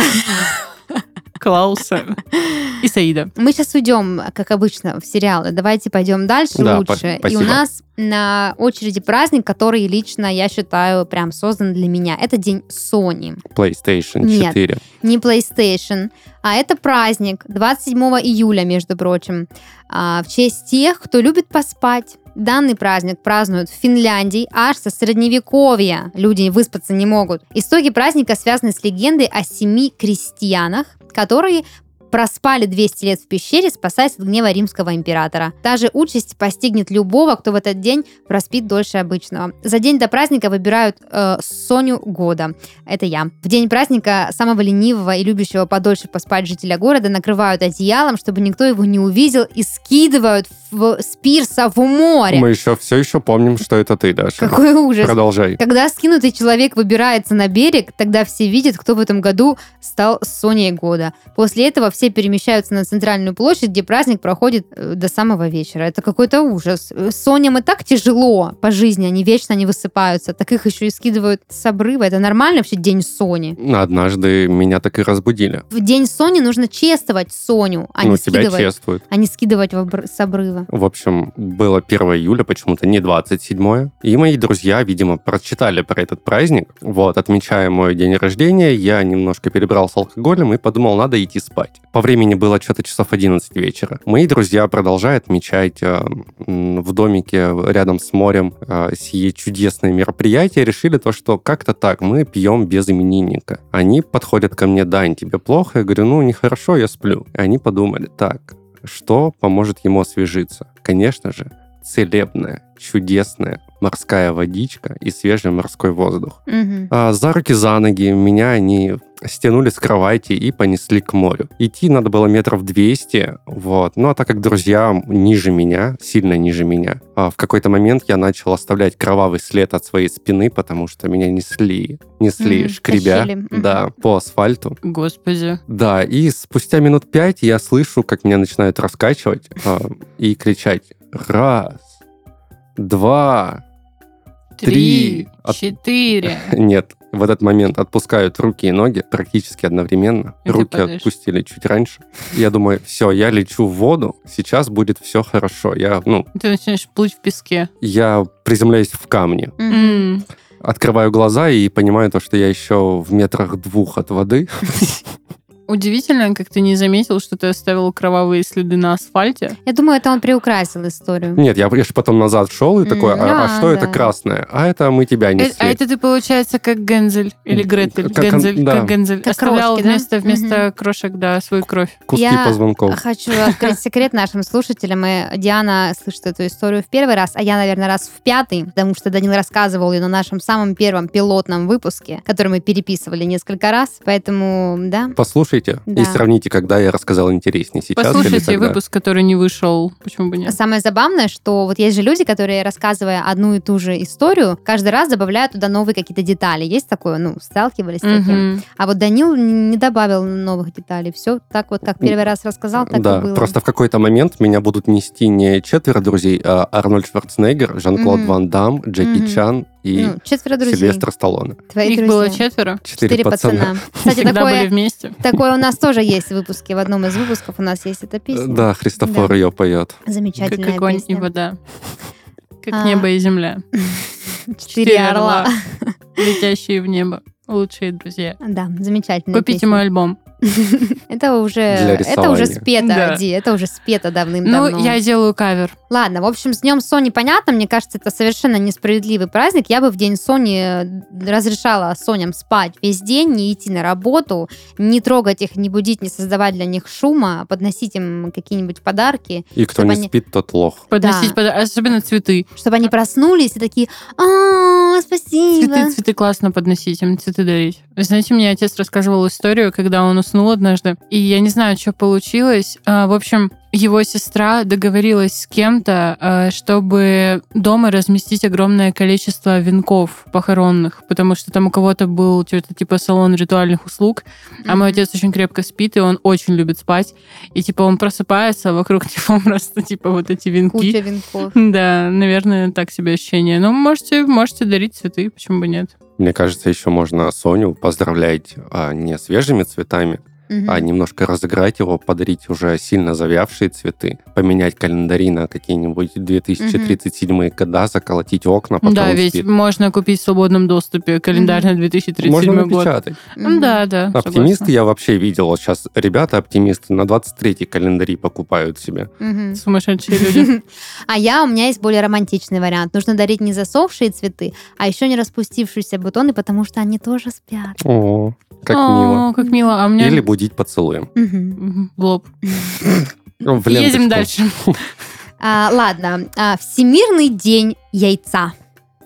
Speaker 2: Клауса и Саида.
Speaker 1: Мы сейчас уйдем, как обычно, в сериалы. Давайте пойдем дальше
Speaker 3: Да,
Speaker 1: лучше.
Speaker 3: па-
Speaker 1: И
Speaker 3: спасибо.
Speaker 1: у нас на очереди праздник, который лично я считаю прям создан для меня. Это день Сони.
Speaker 3: PlayStation
Speaker 1: Нет.
Speaker 3: 4.
Speaker 1: не PlayStation, а это праздник 27 июля, между прочим, а, в честь тех, кто любит поспать. Данный праздник празднуют в Финляндии аж со средневековья. Люди выспаться не могут. Истоки праздника связаны с легендой о семи крестьянах, которые проспали 200 лет в пещере, спасаясь от гнева римского императора. Та же участь постигнет любого, кто в этот день проспит дольше обычного. За день до праздника выбирают э, Соню года. Это я. В день праздника самого ленивого и любящего подольше поспать жителя города накрывают одеялом, чтобы никто его не увидел, и скидывают в, с пирса в море.
Speaker 3: Мы еще все еще помним, что это ты, Даша.
Speaker 1: Какой ужас.
Speaker 3: Продолжай.
Speaker 1: Когда скинутый человек выбирается на берег, тогда все видят, кто в этом году стал Соней года. После этого все перемещаются на центральную площадь, где праздник проходит э, до самого вечера. Это какой-то ужас. Э, Соням и так тяжело по жизни, они вечно не высыпаются. Так их еще и скидывают с обрыва. Это нормально вообще день Сони?
Speaker 3: Однажды меня так и разбудили.
Speaker 1: В день Сони нужно чествовать Соню, а
Speaker 3: ну,
Speaker 1: не
Speaker 3: тебя
Speaker 1: скидывать.
Speaker 3: чествуют.
Speaker 1: А не скидывать в обр- с обрыва.
Speaker 3: В общем, было 1 июля, почему-то не 27. И мои друзья, видимо, прочитали про этот праздник. Вот, отмечая мой день рождения, я немножко перебрал с алкоголем и подумал, надо идти спать. По времени было что-то часов 11 вечера. Мои друзья продолжают отмечать э, м, в домике рядом с морем э, сие чудесное мероприятие. Решили то, что как-то так, мы пьем без именинника. Они подходят ко мне, Дань, тебе плохо? Я говорю, ну, нехорошо, я сплю. И они подумали, так, что поможет ему освежиться? Конечно же, целебная, чудесная морская водичка и свежий морской воздух.
Speaker 1: Мгм.
Speaker 3: А, За руки, за ноги меня они стянули с кровати и понесли к морю. Идти надо было метров 200, вот. Ну, а так как друзья ниже меня, сильно ниже меня, а, в какой-то момент я начал оставлять кровавый след от своей спины, потому что меня несли, несли,
Speaker 1: Мгм,
Speaker 3: шкребя,
Speaker 1: тащили, мгм.
Speaker 3: да, по асфальту.
Speaker 2: Господи.
Speaker 3: Да, и спустя минут пять я слышу, как меня начинают раскачивать а, и кричать «Раз, два, Три.
Speaker 2: Три, четыре.
Speaker 3: Нет, в этот момент отпускают руки и ноги практически одновременно.
Speaker 2: И ты
Speaker 3: руки
Speaker 2: падаешь.
Speaker 3: отпустили чуть раньше. Я думаю, все, я лечу в воду, сейчас будет все хорошо. Я, ну,
Speaker 2: Ты начинаешь плыть в песке.
Speaker 3: я приземляюсь в камни,
Speaker 1: Мгм.
Speaker 2: М.
Speaker 3: открываю глаза и понимаю то, что я еще в метрах двух от воды.
Speaker 2: Удивительно, как ты не заметил, что ты оставил кровавые следы на асфальте.
Speaker 1: Я думаю, это он приукрасил историю.
Speaker 3: Нет, я же потом назад шел и такой, а, а
Speaker 1: М,
Speaker 3: что это
Speaker 1: да.
Speaker 3: красное? А это мы тебя
Speaker 2: Э, А
Speaker 3: несли.
Speaker 2: это ты, получается, как Гензель или
Speaker 3: Как
Speaker 2: Гретель.
Speaker 3: он- да.
Speaker 2: как Гензель.
Speaker 1: Как
Speaker 2: Оставлял
Speaker 1: крошки, да?
Speaker 2: вместо, вместо крошек, да, свою кровь.
Speaker 3: Куски
Speaker 1: я-
Speaker 3: позвонков.
Speaker 1: Хочу открыть секрет нашим слушателям. И Диана слышит эту историю в первый раз, а я, наверное, раз в пятый, потому что Данил рассказывал ее на нашем самом первом пилотном выпуске, который мы переписывали несколько раз. Поэтому, да,
Speaker 3: Послушайте
Speaker 1: Да.
Speaker 3: и сравните, когда я рассказал интереснее сейчас. или
Speaker 2: Послушайте
Speaker 3: тогда.
Speaker 2: выпуск, который не вышел. Почему бы нет?
Speaker 1: Самое забавное, что вот есть же люди, которые, рассказывая одну и ту же историю, каждый раз добавляют туда новые какие-то детали. Есть такое? Ну, сталкивались с таким.
Speaker 2: Мгм.
Speaker 1: А вот Данил не добавил новых деталей. Все так вот, как первый раз рассказал, так
Speaker 3: да,
Speaker 1: и было.
Speaker 3: просто в какой-то момент меня будут нести не четверо друзей, а Арнольд Шварценеггер, Жан-Клод
Speaker 1: Мгм.
Speaker 3: Ван Дам, Джеки
Speaker 1: Мгм.
Speaker 3: Чан и
Speaker 1: Ну, четверо друзей.
Speaker 3: Сильвестр Сталлоне.
Speaker 1: Твои
Speaker 2: Их
Speaker 1: друзья.
Speaker 2: было четверо.
Speaker 3: Четыре, Э,
Speaker 1: Четыре пацана. Кстати,
Speaker 2: Всегда были
Speaker 1: такое,
Speaker 2: вместе.
Speaker 1: такое у нас тоже есть в выпуске. В одном из выпусков у нас есть эта песня.
Speaker 3: Да, Христофор
Speaker 1: Да.
Speaker 3: ее поет.
Speaker 2: Как
Speaker 1: Замечательная
Speaker 2: огонь и
Speaker 1: песня.
Speaker 2: вода. Как
Speaker 1: А.
Speaker 2: небо и земля.
Speaker 1: Четыре орла.
Speaker 2: Летящие в небо. Лучшие друзья.
Speaker 1: Да, замечательная Ну,
Speaker 2: Купите
Speaker 1: песня.
Speaker 2: мой альбом.
Speaker 1: Это уже,
Speaker 3: Для
Speaker 1: это уже
Speaker 3: рисования.
Speaker 1: спето,
Speaker 2: Да.
Speaker 1: Ди, это уже спето давным-давно.
Speaker 2: Ну, я делаю кавер.
Speaker 1: Ладно, в общем, с Днем Сони понятно. Мне кажется, это совершенно несправедливый праздник. Я бы в День Сони э, разрешала Соням спать весь день, не идти на работу, не трогать их, не будить, не создавать для них шума, подносить им какие-нибудь подарки,
Speaker 3: И кто
Speaker 1: Чтобы
Speaker 3: не
Speaker 1: они-
Speaker 3: спит, тот лох.
Speaker 2: Подносить, под- особенно цветы.
Speaker 1: чтобы они проснулись и такие «А, спасибо!»
Speaker 2: Цветы, цветы классно подносить, им цветы дарить. Вы Знаете, мне отец рассказывал историю, когда он уснул однажды, и я не знаю, что получилось. А, В общем, его сестра договорилась с кем-то, а, чтобы дома разместить огромное количество венков похоронных, потому что там у кого-то был что-то типа салон ритуальных услуг, а мой отец очень крепко спит, и он очень любит спать. И типа он просыпается, а вокруг него просто типа вот эти венки.
Speaker 1: Куча венков.
Speaker 2: Да, наверное, так себе ощущение. Ну, можете, можете дарить цветы, почему бы нет.
Speaker 3: Мне кажется, еще можно Соню поздравлять а, не свежими цветами,
Speaker 1: Мгм.
Speaker 3: а немножко разыграть его, подарить уже сильно завявшие цветы, поменять календари на какие-нибудь 2037 года, заколотить окна, потом
Speaker 2: да,
Speaker 3: он
Speaker 2: ведь
Speaker 3: спит.
Speaker 2: можно купить в свободном доступе календарь на 2037
Speaker 3: Можно
Speaker 2: год.
Speaker 3: напечатать.
Speaker 1: Мгм.
Speaker 2: М, Да, да.
Speaker 3: Оптимисты
Speaker 2: согласна.
Speaker 3: я вообще видел. Вот сейчас ребята оптимисты на 23-й календари покупают себе.
Speaker 1: Мгм.
Speaker 2: Сумасшедшие люди.
Speaker 1: А я, у меня есть более романтичный вариант. Нужно дарить не засохшие цветы, а еще не распустившиеся бутоны, потому что они тоже спят.
Speaker 3: О, как
Speaker 2: О,
Speaker 3: мило.
Speaker 2: как мило. А у меня...
Speaker 3: Или будить поцелуем. Ну,
Speaker 1: Мгм.
Speaker 2: Мгм, в лоб.
Speaker 3: В ленточку.
Speaker 2: Едем дальше.
Speaker 1: А, ладно, А, Всемирный день яйца.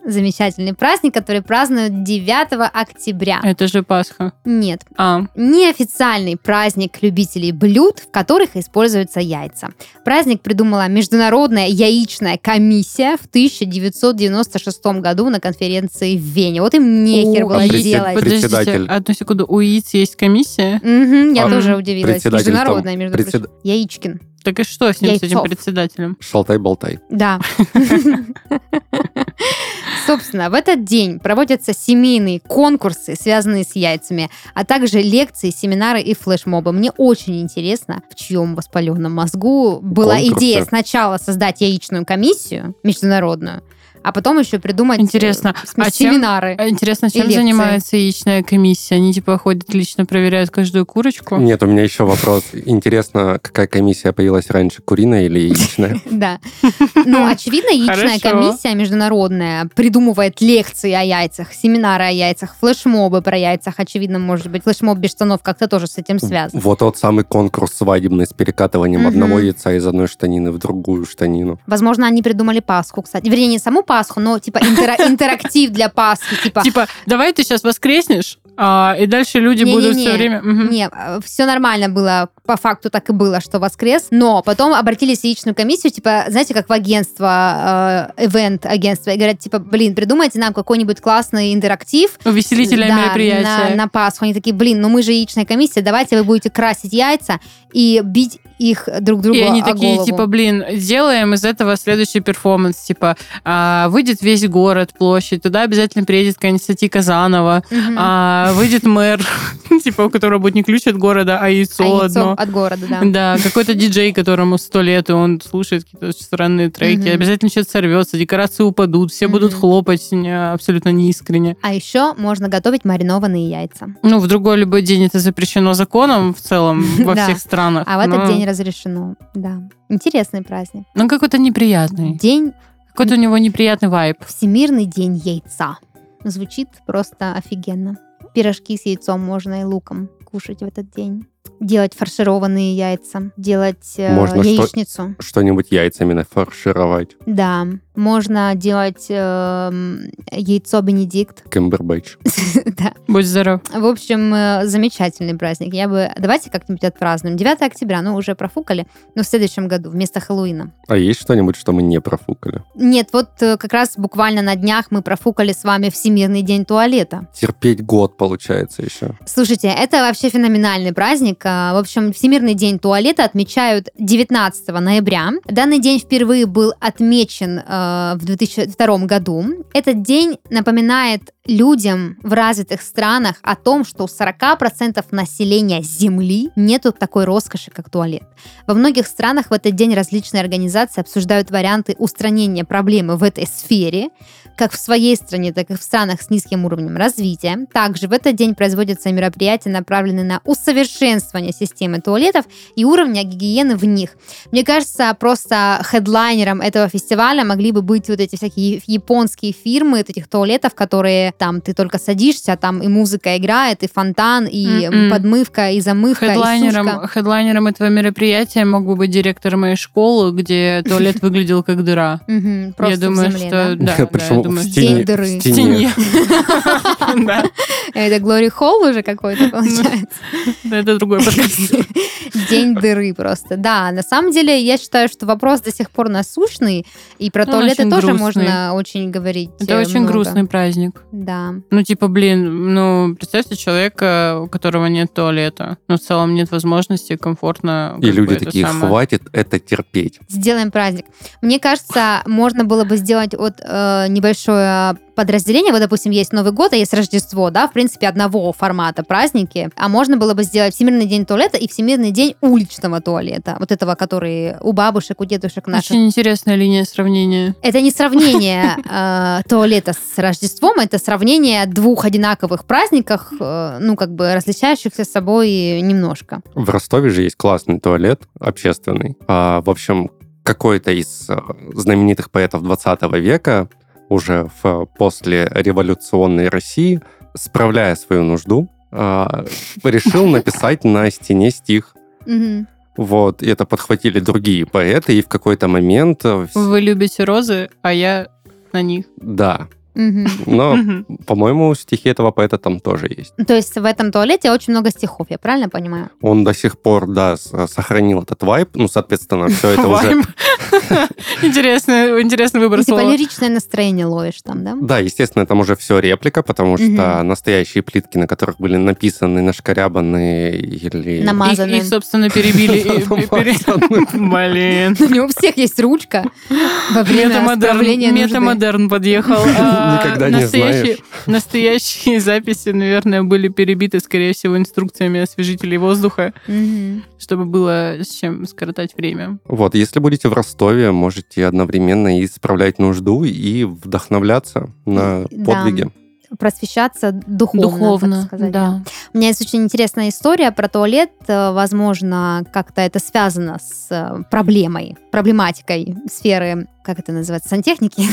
Speaker 1: Замечательный праздник, который празднуют 9 октября.
Speaker 2: Это же Пасха.
Speaker 1: Нет,
Speaker 2: А,
Speaker 1: неофициальный праздник любителей блюд, в которых используются яйца. Праздник придумала Международная яичная комиссия в 1996 году на конференции в Вене. Вот им нехер
Speaker 2: у
Speaker 1: было
Speaker 2: яиц-
Speaker 3: а пред-
Speaker 1: делать.
Speaker 2: а, Подождите,
Speaker 3: Председатель.
Speaker 2: одну секунду. У яиц есть комиссия?
Speaker 1: Мгм, я
Speaker 3: А,
Speaker 1: тоже
Speaker 2: м,
Speaker 1: удивилась.
Speaker 3: председатель там,
Speaker 1: Международная, между
Speaker 3: председ-
Speaker 1: прочим. Яичкин.
Speaker 2: Так и что с ним, с этим
Speaker 1: Яйцов.
Speaker 2: председателем?
Speaker 3: Шалтай-болтай.
Speaker 1: Да. Собственно, в этот день проводятся семейные конкурсы, связанные с яйцами, а также лекции, семинары и флешмобы. Мне очень интересно, в чьем воспаленном мозгу была
Speaker 3: Конкурсы.
Speaker 1: идея сначала создать яичную комиссию международную, а потом еще придумать э,
Speaker 2: Интересно,
Speaker 1: сме-
Speaker 2: а чем-
Speaker 1: семинары.
Speaker 2: А Интересно, чем
Speaker 1: лекции.
Speaker 2: занимается яичная комиссия? Они типа ходят лично проверяют каждую курочку?
Speaker 3: Нет, у меня еще вопрос. Интересно, какая комиссия появилась раньше, куриная или яичная?
Speaker 1: Да. Ну, очевидно, яичная
Speaker 2: Хорошо.
Speaker 1: комиссия международная придумывает лекции о яйцах, семинары о яйцах, флешмобы про яйцах. Очевидно, может быть, флешмоб без штанов как-то тоже с этим связан.
Speaker 3: Вот тот самый конкурс свадебный с перекатыванием
Speaker 1: Мгм.
Speaker 3: одного яйца из одной штанины в другую штанину.
Speaker 1: Возможно, они придумали Пасху, кстати. Вернее, не саму Пасху, но типа интера- интерактив для Пасхи. Типа,
Speaker 2: Типа, давай ты сейчас воскреснешь, а, и дальше люди
Speaker 1: Не-не-не.
Speaker 2: будут все время... Мгм.
Speaker 1: Не, все нормально было, по факту так и было, что воскрес. Но потом обратились в яичную комиссию, типа, знаете, как в агентство, э, ивент-агентство, и говорят, типа, блин, придумайте нам какой-нибудь классный интерактив.
Speaker 2: Увеселительное
Speaker 1: Да,
Speaker 2: мероприятие.
Speaker 1: На, на Пасху. Они такие, блин, ну мы же яичная комиссия, давайте вы будете красить яйца и бить их друг другу
Speaker 2: И они
Speaker 1: о
Speaker 2: такие,
Speaker 1: голову».
Speaker 2: типа, блин, делаем из этого следующий перформанс. Типа, а, выйдет весь город, площадь, туда обязательно приедет какая-нибудь Сати Казанова,
Speaker 1: Мгм.
Speaker 2: а, выйдет мэр, типа, у которого будет не ключ от города, а
Speaker 1: А
Speaker 2: яйцо
Speaker 1: яйцо
Speaker 2: одно.
Speaker 1: от города, да.
Speaker 2: Да, какой-то диджей, которому сто лет, и он слушает какие-то очень странные треки.
Speaker 1: Мгм.
Speaker 2: Обязательно что-то сорвется, декорации упадут, все будут
Speaker 1: Мгм.
Speaker 2: хлопать э, абсолютно неискренне.
Speaker 1: А еще можно готовить маринованные яйца.
Speaker 2: Ну, в другой любой день это запрещено законом в целом во
Speaker 1: Да.
Speaker 2: всех странах.
Speaker 1: А в этот
Speaker 2: но-
Speaker 1: день разрешено. Да. Интересный праздник.
Speaker 2: Ну, какой-то неприятный.
Speaker 1: День,
Speaker 2: Какой-то у него неприятный вайб.
Speaker 1: Всемирный день яйца. Звучит просто офигенно. Пирожки с яйцом можно и луком кушать в этот день. Делать фаршированные яйца, делать э,
Speaker 3: Можно что-
Speaker 1: яичницу.
Speaker 3: Что-нибудь яйцами нафаршировать.
Speaker 1: Да, можно делать эм, яйцо Бенедикт.
Speaker 3: Кэмбербэтч.
Speaker 1: да.
Speaker 2: Будь здоров.
Speaker 1: В общем, э, замечательный праздник. Я бы... Давайте как-нибудь отпразднуем. 9 октября, ну, уже профукали, но в следующем году вместо Хэллоуина.
Speaker 3: А есть что-нибудь, что мы не профукали?
Speaker 1: Нет, вот э, как раз буквально на днях мы профукали с вами Всемирный день туалета.
Speaker 3: Терпеть год, получается, еще.
Speaker 1: Слушайте, это вообще феноменальный праздник. А, В общем, Всемирный день туалета отмечают 19 ноября. Данный день впервые был отмечен э, в 2002 году. Этот день напоминает людям в развитых странах о том, что у 40% населения Земли нету такой роскоши, как туалет. Во многих странах в этот день различные организации обсуждают варианты устранения проблемы в этой сфере, как в своей стране, так и в странах с низким уровнем развития. Также в этот день производятся мероприятия, направленные на усовершенствование системы туалетов и уровня гигиены в них. Мне кажется, просто хедлайнером этого фестиваля могли бы быть вот эти всякие японские фирмы вот этих туалетов, которые там ты только садишься, а там и музыка играет, и фонтан, и
Speaker 2: Мгм.
Speaker 1: подмывка, и замывка, и сушка.
Speaker 2: Хедлайнером, хедлайнером этого мероприятия мог бы быть директор моей школы, где туалет выглядел как дыра.
Speaker 1: Мгм,
Speaker 2: Я
Speaker 1: просто в
Speaker 2: думаю,
Speaker 1: земле,
Speaker 2: что... Да, да,
Speaker 3: Причем
Speaker 2: я думаю,
Speaker 3: в
Speaker 2: что-
Speaker 3: тени.
Speaker 1: дыры.
Speaker 3: в
Speaker 2: В тени. Да,
Speaker 1: да. Э, Это Глори Холл уже какой-то
Speaker 2: Ну,
Speaker 1: получается.
Speaker 2: да, это другой подкаст.
Speaker 1: День дыры просто. Да, на самом деле, я считаю, что вопрос до сих пор насущный, и про
Speaker 2: Он
Speaker 1: туалеты
Speaker 2: очень
Speaker 1: тоже
Speaker 2: грустный.
Speaker 1: можно очень говорить.
Speaker 2: Это
Speaker 1: э,
Speaker 2: очень
Speaker 1: много.
Speaker 2: грустный праздник.
Speaker 1: Да.
Speaker 2: Ну, типа, блин, ну, представьте человека, у которого нет туалета. Но в целом нет возможности комфортно...
Speaker 3: И
Speaker 2: как бы,
Speaker 3: люди
Speaker 2: это
Speaker 3: такие,
Speaker 2: самое.
Speaker 3: хватит это терпеть.
Speaker 1: Сделаем праздник. Мне кажется, можно было бы сделать вот э, небольшое подразделение. Вот, допустим, есть Новый год, а есть Рождество, да, в принципе, одного формата праздники. А можно было бы сделать Всемирный день туалета и Всемирный день уличного туалета. Вот этого, который у бабушек, у дедушек наших.
Speaker 2: Очень интересная линия сравнения.
Speaker 1: Это не сравнение э, туалета с Рождеством, это сравнение двух одинаковых праздников, э, ну, как бы различающихся собой немножко.
Speaker 3: В Ростове же есть классный туалет общественный. А, в общем, какой-то из э, знаменитых поэтов 20 века уже в послереволюционной России, справляя свою нужду, а, решил написать на стене стих.
Speaker 1: Мгм.
Speaker 3: Вот, и это подхватили другие поэты, и в какой-то момент... э, вс-
Speaker 2: Вы любите розы, а я на них.
Speaker 3: Да,
Speaker 1: Мгм.
Speaker 3: но,
Speaker 2: Мгм.
Speaker 3: по-моему, стихи этого поэта там тоже есть.
Speaker 1: То есть в этом туалете очень много стихов, я правильно понимаю?
Speaker 3: Он до сих пор, да, с- сохранил этот вайб, ну, соответственно, все это уже
Speaker 2: Вайб. Интересный интересный
Speaker 1: Ну,
Speaker 2: выбор
Speaker 1: типа
Speaker 2: слова.
Speaker 1: лиричное настроение ловишь там, да?
Speaker 3: Да, естественно, там уже все реплика, потому
Speaker 1: Мгм.
Speaker 3: что настоящие плитки, на которых были написаны, нашкарябаны или...
Speaker 1: Намазаны.
Speaker 2: Их, их, собственно, перебили. и- и пере- Блин.
Speaker 1: У него у всех есть ручка во время
Speaker 2: Метамодерн,
Speaker 1: справления нужды.
Speaker 2: метамодерн подъехал. А, а,
Speaker 3: Никогда не
Speaker 2: настоящие-
Speaker 3: знаешь.
Speaker 2: Настоящие записи, наверное, были перебиты, скорее всего, инструкциями освежителей воздуха,
Speaker 1: Мгм.
Speaker 2: чтобы было с чем скоротать время.
Speaker 3: Вот, если будете в Ростове, можете одновременно и исправлять нужду, и вдохновляться на
Speaker 1: Да.
Speaker 3: подвиги.
Speaker 1: Просвещаться духовно, так сказать.
Speaker 2: да.
Speaker 1: У меня есть очень интересная история про туалет. Э, Возможно, как-то это связано с э, проблемой, проблематикой сферы, как это называется, сантехники.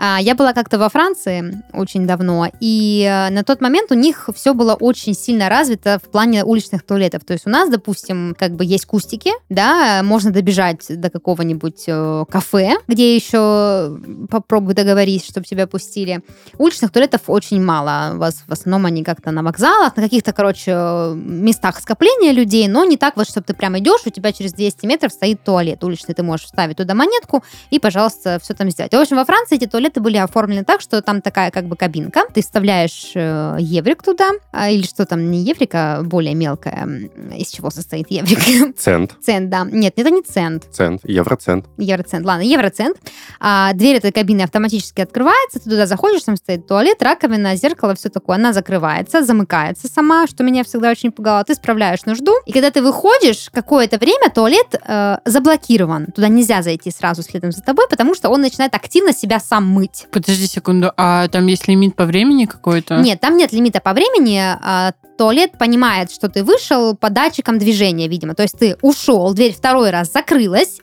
Speaker 1: А, Я была как-то во Франции очень давно, и э, на тот момент у них все было очень сильно развито в плане уличных туалетов. То есть у нас, допустим, как бы есть кустики, да, можно добежать до какого-нибудь э, кафе, где еще попробуй договорись, чтобы тебя пустили. Уличных туалетов очень мало. У вас в основном они как-то на вокзалах, на каких-то, короче, местах скопления людей, но не так вот, чтобы ты прям идешь, у тебя через 200 метров стоит туалет уличный, ты можешь вставить туда монетку и, пожалуйста, все там сделать. В общем, во Франции эти туалеты были оформлены так, что там такая как бы кабинка, ты вставляешь э, еврик туда, а, или что там, не еврик, а более мелкое, м, из чего состоит еврик.
Speaker 3: Цент,
Speaker 1: Цент, да. Нет, это не цент
Speaker 3: цент, евроцент.
Speaker 1: евроцент, ладно, евроцент. А, дверь этой кабины автоматически открывается, ты туда заходишь, там стоит туалет, раковина, зеркало, все такое. Она закрывается, замыкается сама, что меня всегда очень пугало. Ты справляешь нужду, и когда ты выходишь, какое-то время туалет э, заблокирован. Туда нельзя зайти сразу следом за тобой, потому что он начинает активно себя сам мыть.
Speaker 2: Подожди секунду, а там есть лимит по времени какой-то?
Speaker 1: Нет, там нет лимита по времени. а, туалет понимает, что ты вышел по датчикам движения, видимо. То есть ты ушел, дверь второй раз закрылась.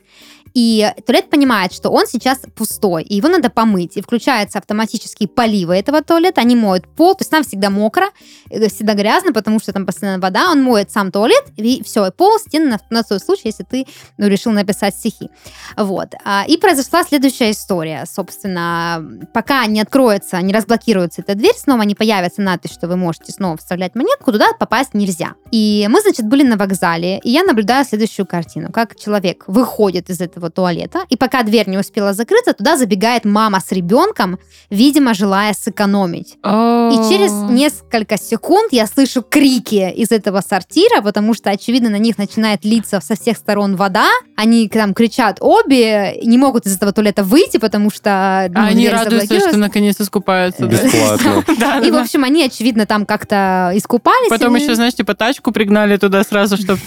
Speaker 1: И туалет понимает, что он сейчас пустой, и его надо помыть. И включаются автоматические поливы этого туалета, они моют пол, то есть там всегда мокро, э, всегда грязно, потому что там постоянно вода, он моет сам туалет, и все, и пол, стены на, на тот случай, если ты ну, решил написать стихи. Вот. А, И произошла следующая история. Собственно, пока не откроется, не разблокируется эта дверь, снова не появится надпись, что вы можете снова вставлять монетку, туда попасть нельзя. И мы, значит, были на вокзале, и я наблюдаю следующую картину. Как человек выходит из этого туалета, и пока дверь не успела закрыться, туда забегает мама с ребенком, видимо, желая сэкономить.
Speaker 2: А.
Speaker 1: И через несколько секунд я слышу крики из этого сортира, потому что, очевидно, на них начинает литься со всех сторон вода. Они там кричат обе, не могут из этого туалета выйти, потому что... ну,
Speaker 2: А они
Speaker 1: дверь
Speaker 2: радуются,
Speaker 1: заблокировалась.
Speaker 2: что наконец искупаются. Э, да.
Speaker 3: Бесплатно.
Speaker 2: Да,
Speaker 1: И, в
Speaker 2: да.
Speaker 1: общем, они, очевидно, там как-то искупались.
Speaker 2: Потом
Speaker 1: и-
Speaker 2: еще, знаешь, типа тачку пригнали туда сразу, чтобы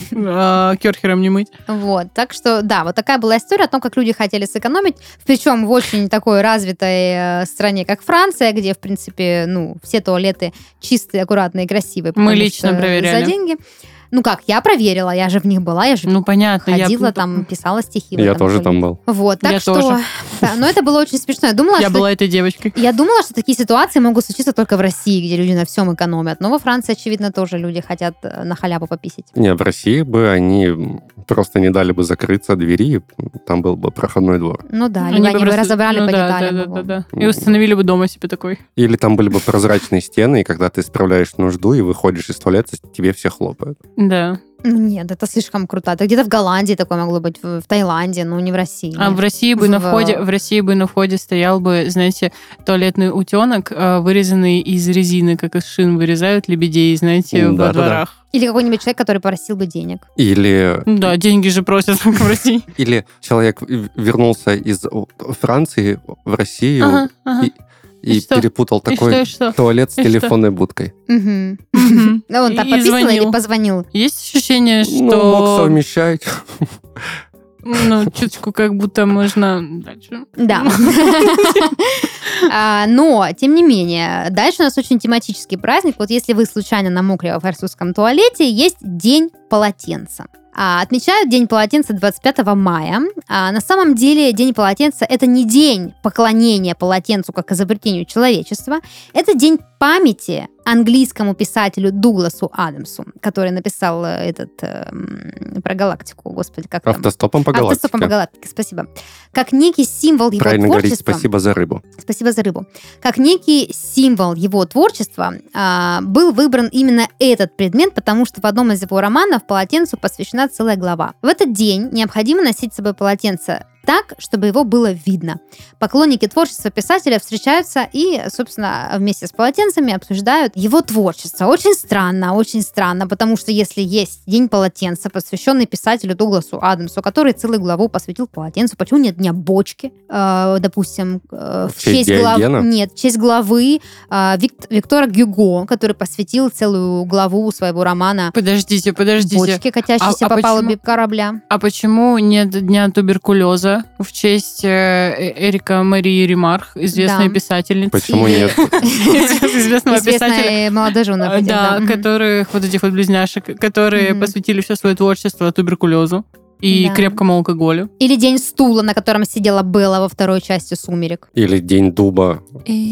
Speaker 2: керхером не мыть.
Speaker 1: Вот, так что, да, вот такая была история о том, как люди хотели сэкономить, причем в очень такой развитой э, стране, как Франция, где, в принципе, ну, все туалеты чистые, аккуратные, красивые. потому
Speaker 2: лично
Speaker 1: что
Speaker 2: проверяли.
Speaker 1: За деньги. Ну как, я проверила, я же в них была, я же
Speaker 2: Ну, понятно. я-
Speaker 1: ходила там, писала стихи. в
Speaker 3: Я
Speaker 1: этом
Speaker 3: тоже
Speaker 1: туалете.
Speaker 3: там был.
Speaker 1: Вот, так
Speaker 2: Я
Speaker 1: что...
Speaker 2: тоже.
Speaker 1: Да, но это было очень смешно. Я думала,
Speaker 2: Я
Speaker 1: что...
Speaker 2: была этой девочкой.
Speaker 1: Я думала, что такие ситуации могут случиться только в России, где люди на всем экономят. Но во Франции, очевидно, тоже люди хотят э, на халяву пописить.
Speaker 3: Не, в России бы они просто не дали бы закрыться двери, и там был бы проходной двор.
Speaker 1: Ну да,
Speaker 2: Они
Speaker 1: либо они бы
Speaker 2: просто-
Speaker 1: разобрали
Speaker 2: ну
Speaker 1: по
Speaker 2: да,
Speaker 1: деталям
Speaker 2: да,
Speaker 1: его.
Speaker 2: да, да, да. И установили бы дома себе такой.
Speaker 3: Или там были бы прозрачные стены, и когда ты справляешь нужду и выходишь из туалета, тебе все хлопают.
Speaker 2: Да.
Speaker 1: Ну Нет, это слишком круто. Это где-то в Голландии такое могло быть, в в Таиланде, но не в России.
Speaker 2: А в
Speaker 1: нет.
Speaker 2: России бы на
Speaker 1: В-
Speaker 2: входе, в России бы на входе стоял бы, знаете, туалетный утенок, э, вырезанный из резины, как из шин вырезают лебедей, знаете, во
Speaker 3: Да-да-да.
Speaker 2: дворах.
Speaker 1: Или какой-нибудь человек, который просил бы денег.
Speaker 3: Или,
Speaker 2: Да, деньги же просят как в России.
Speaker 3: или человек в- вернулся из Франции в Россию
Speaker 2: Ага, ага.
Speaker 3: и, и
Speaker 2: И что?
Speaker 3: перепутал
Speaker 2: И что, и
Speaker 3: такой
Speaker 2: что?
Speaker 3: туалет с
Speaker 2: И что?
Speaker 3: телефонной будкой.
Speaker 1: Мгм.
Speaker 2: Мгм.
Speaker 1: Ну, он
Speaker 2: И-
Speaker 1: так
Speaker 2: и
Speaker 1: пописал или
Speaker 2: звонил.
Speaker 1: позвонил?
Speaker 2: Есть ощущение,
Speaker 3: Ну, мог
Speaker 2: что...
Speaker 3: совмещать.
Speaker 2: Ну, чуточку как будто можно дальше.
Speaker 1: Да. А, Но, тем не менее, дальше у нас очень тематический праздник. Вот если вы случайно намокли во французском туалете, есть День полотенца. А, Отмечают День полотенца 25 мая. А на самом деле День полотенца это не день поклонения полотенцу как изобретению человечества, это день памяти английскому писателю Дугласу Адамсу, который написал э, этот э, м, про галактику, господи, как там?
Speaker 3: Автостопом по галактике.
Speaker 1: Автостопом по галактике, спасибо. Как некий символ его
Speaker 3: Правильно говорить
Speaker 1: творчества.
Speaker 3: спасибо за рыбу.
Speaker 1: Спасибо за рыбу. Как некий символ его творчества а, был выбран именно этот предмет, потому что в одном из его романов полотенцу посвящена целая глава. В этот день необходимо носить с собой полотенце так, чтобы его было видно. Поклонники творчества писателя встречаются и, собственно, вместе с полотенцами обсуждают его творчество. Очень странно, очень странно, потому что если есть День полотенца, посвященный писателю Дугласу Адамсу, который целую главу посвятил полотенцу, почему нет Дня бочки, э, допустим, э, в
Speaker 3: В честь
Speaker 1: честь, глав-
Speaker 3: Диогена?
Speaker 1: Нет, в честь главы э, Вик- Виктора Гюго, который посвятил целую главу своего романа
Speaker 2: Подождите, подождите.
Speaker 1: бочки, катящиеся
Speaker 2: а
Speaker 1: по палубе
Speaker 2: почему-
Speaker 1: корабля.
Speaker 2: А почему нет дня туберкулеза в честь э, э, Эрика Марии Ремарх, известной
Speaker 1: Да.
Speaker 2: писательницы?
Speaker 3: Почему
Speaker 2: и-
Speaker 3: нет?
Speaker 2: Известного писателя.
Speaker 1: Известная молодожена.
Speaker 2: Э, Да, которых, вот этих вот близняшек, которые
Speaker 1: Мгм.
Speaker 2: посвятили все свое творчество туберкулезу и
Speaker 1: Да.
Speaker 2: крепкому алкоголю.
Speaker 1: Или день стула, на котором сидела Белла во второй части «Сумерек».
Speaker 3: Или День дуба,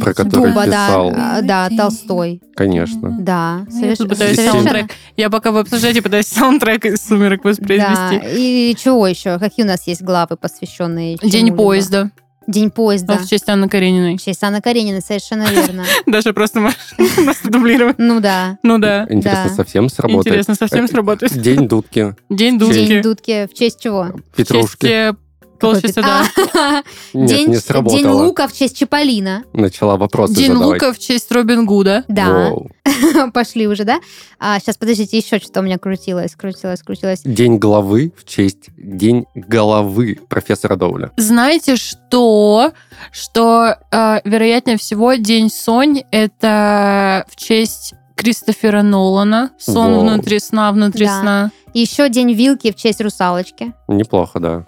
Speaker 3: Про который
Speaker 1: Дуба,
Speaker 3: писал.
Speaker 1: да, а, да, Толстой,
Speaker 3: конечно.
Speaker 1: да.
Speaker 2: Я тут
Speaker 1: соверш-
Speaker 2: пытаюсь
Speaker 3: Совершенно.
Speaker 2: саундтрек. Я пока вы обсуждаете, пытаюсь саундтрек из «Сумерек»
Speaker 1: Да,
Speaker 2: воспроизвести.
Speaker 1: и чего еще? Какие у нас есть главы, посвященные
Speaker 2: День
Speaker 1: чему-либо?
Speaker 2: поезда. А
Speaker 1: День поезда.
Speaker 2: В честь Анны Карениной.
Speaker 1: В честь Анны Карениной, совершенно верно.
Speaker 2: Даже просто можешь просто дублировать.
Speaker 1: Ну да.
Speaker 2: Ну да.
Speaker 3: Интересно,
Speaker 1: Да.
Speaker 3: совсем сработает.
Speaker 2: Интересно,
Speaker 3: Э,
Speaker 2: совсем сработает.
Speaker 3: День дудки,
Speaker 2: День
Speaker 1: День
Speaker 2: дудки.
Speaker 1: дудки. В честь чего?
Speaker 2: В честь
Speaker 3: петрушки.
Speaker 2: э, толщицы, да.
Speaker 1: А,
Speaker 3: Нет,
Speaker 1: День
Speaker 3: не
Speaker 1: день
Speaker 3: сработало.
Speaker 1: лука в честь Чаполина.
Speaker 3: Начала вопросы
Speaker 2: День
Speaker 3: задавать.
Speaker 2: лука в честь Робин Гуда.
Speaker 1: Да,
Speaker 3: Воу.
Speaker 1: пошли уже, да? сейчас, подождите, еще что-то у меня крутилось, крутилось, крутилось.
Speaker 3: День главы в честь День головы профессора Доуля.
Speaker 2: Знаете что? Что, э, вероятнее всего, День Сонь — это в честь Кристофера Нолана. Сон
Speaker 3: Вау.
Speaker 2: внутри сна, внутри
Speaker 1: Да.
Speaker 2: сна.
Speaker 1: Еще день вилки в честь русалочки.
Speaker 3: Неплохо, да.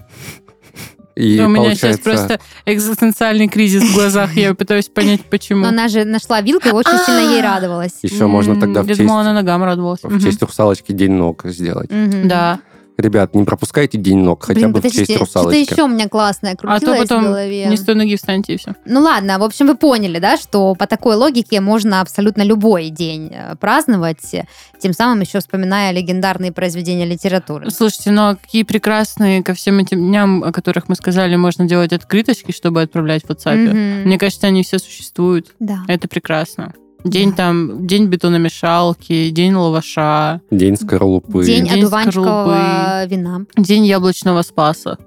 Speaker 3: И
Speaker 2: Да, у меня
Speaker 3: получается,
Speaker 2: сейчас просто экзистенциальный кризис в глазах. Я пытаюсь понять, почему.
Speaker 1: Но она же нашла вилку и очень
Speaker 2: А.
Speaker 1: сильно ей радовалась.
Speaker 3: еще можно
Speaker 2: М,
Speaker 3: тогда в
Speaker 2: я
Speaker 3: честь,
Speaker 2: думала, она ногам радовалась.
Speaker 3: в
Speaker 2: Мгм.
Speaker 3: честь русалочки День ног сделать.
Speaker 1: Мгм.
Speaker 2: Да.
Speaker 3: Ребят, не пропускайте День ног, хотя
Speaker 1: Блин,
Speaker 3: бы в честь
Speaker 1: подождите, что-то
Speaker 3: русалочки.
Speaker 1: еще у меня классное
Speaker 2: А то
Speaker 1: крутилось в
Speaker 2: потом
Speaker 1: голове.
Speaker 2: не с той ноги встаньте, и все.
Speaker 1: Ну ладно, в общем, вы поняли, да, что по такой логике можно абсолютно любой день э, праздновать, э, тем самым еще вспоминая легендарные произведения литературы.
Speaker 2: Слушайте, ну а какие прекрасные ко всем этим дням, о которых мы сказали, можно делать открыточки, чтобы отправлять в WhatsApp.
Speaker 1: Мгм.
Speaker 2: Мне кажется, они все существуют.
Speaker 1: Да.
Speaker 2: Это прекрасно. День там, день бетономешалки, день лаваша,
Speaker 3: День скорлупы.
Speaker 1: День,
Speaker 2: День
Speaker 1: одуванчикового вина.
Speaker 2: день яблочного спаса.